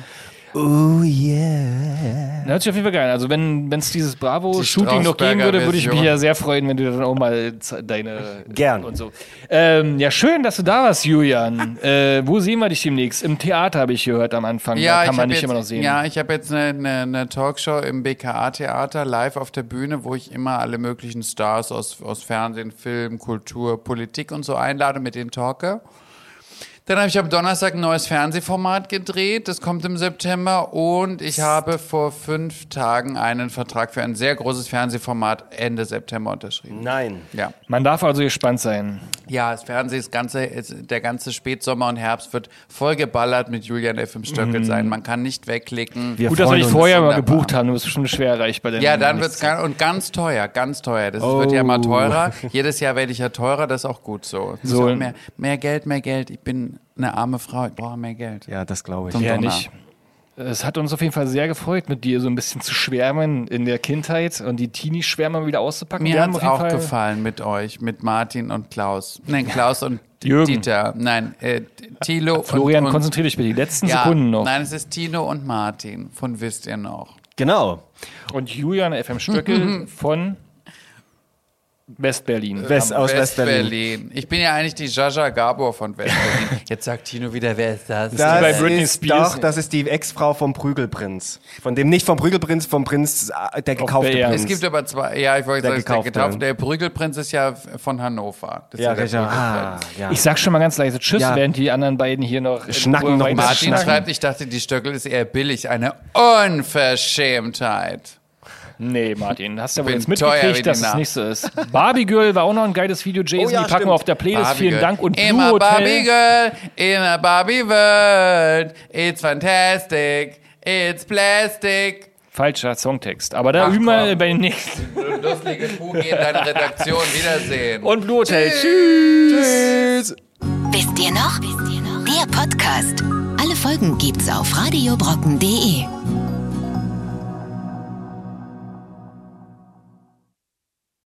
Oh yeah.
Hört sich auf jeden Fall geil an. Also wenn es dieses Bravo-Shooting noch geben
Strausberger
würde, würde ich mich
Version.
ja sehr freuen, wenn du dann auch mal ze- deine...
Gern.
Und so. Ähm, ja, schön, dass du da warst, Julian. äh, wo sehen wir dich demnächst? Im Theater habe ich gehört am Anfang. da
Ja,
kann
ich
man
habe
dich
jetzt,
immer noch sehen.
ja, ich hab jetzt eine, eine, eine Talkshow im BKA-Theater live auf der Bühne, wo ich immer alle möglichen Stars aus, aus Fernsehen, Film, Kultur, Politik und so einlade, mit denen talke. Dann habe ich am Donnerstag ein neues Fernsehformat gedreht. Das kommt im September. Und ich habe vor fünf Tagen einen Vertrag für ein sehr großes Fernsehformat Ende September unterschrieben.
Nein.
Ja.
Man darf also gespannt sein.
Ja, das Fernsehen, das ganze, es- der ganze Spätsommer und Herbst wird vollgeballert mit Julian F. im Stöckel sein. Man kann nicht wegklicken.
Mhm. Wir
Gut, dass wir
freuen
dich
uns.
vorher mal
Wunderbar.
gebucht haben. Du bist bestimmt schwer erreichbar. denn
ja, dann
nichts.
wird's ganz, und ganz teuer, ganz teuer. Das wird ja
Oh.
immer teurer. Jedes Jahr werde ich ja teurer, das ist auch gut so. Das
So.
Ist auch mehr, mehr Geld, mehr Geld. Ich bin eine arme Frau, ich brauche mehr Geld.
Ja, das glaube ich.
Zum
Ja,
Donner.
nicht. Es hat uns auf jeden Fall sehr gefreut, mit dir so ein bisschen zu schwärmen in der Kindheit und die Teenie-Schwärme mal wieder auszupacken.
Mir
Wir haben
hat's
auf jeden
auch
Fall-
gefallen mit euch, mit Martin und Klaus. Nein, Klaus und
Jürgen.
Dieter. Nein, äh, Thilo
Florian,
und, und
konzentrier dich bitte, die letzten
ja,
Sekunden noch.
Nein, es ist Tino und Martin von Wisst ihr noch.
Genau.
Und Julian FM
Mhm.
Stöckel von
Äh,
West-Berlin.
West,
genau.
aus West-Berlin.
West-Berlin. ich bin ja eigentlich die Jaja Gabor von West-Berlin. Jetzt sagt Tino wieder, wer ist das?
Das
bei Britney
ist
Spears.
Doch, das ist die Ex-Frau vom Prügelprinz. Von dem, nicht vom Prügelprinz, vom Prinz, äh, der gekaufte
BR.
Prinz.
es gibt aber zwei, ja, ich wollte sagen, es ist der
gekaufte.
getaufte. Der Brügelprinz ist ja von Hannover. Das ist
ja,
der
Richard. Ah,
Brügelprinz.
ja.
Ich sag schon mal ganz leise Tschüss,
Ja.
während die anderen beiden hier noch in
Schnacken
Ruhe
noch
weiter
mal.
Martin
schnacken.
schreibt, ich dachte, die Stöckel ist eher billig. Eine Unverschämtheit.
Nee, Martin, hast ja wohl
Bin
jetzt
teuer wie die
mitgekriegt, dass es
Nacht.
nicht so ist. Barbie Girl war auch noch ein geiles Video, Jason.
Oh ja,
die packen
stimmt.
wir auf der Playlist.
Barbie
Vielen
Girl.
Dank. Und
Immer
Blue Hotel.
Barbie Girl, immer Barbie World. It's fantastic, it's plastic.
Falscher Songtext. Aber da
Ach,
üben wir
komm.
bei den nächsten.
Lustige Fuge in deine Redaktion. Wiedersehen.
Und Blue Hotel. Tschüss.
Wisst ihr noch? Der Podcast. Alle Folgen gibt's auf radiobrocken.de.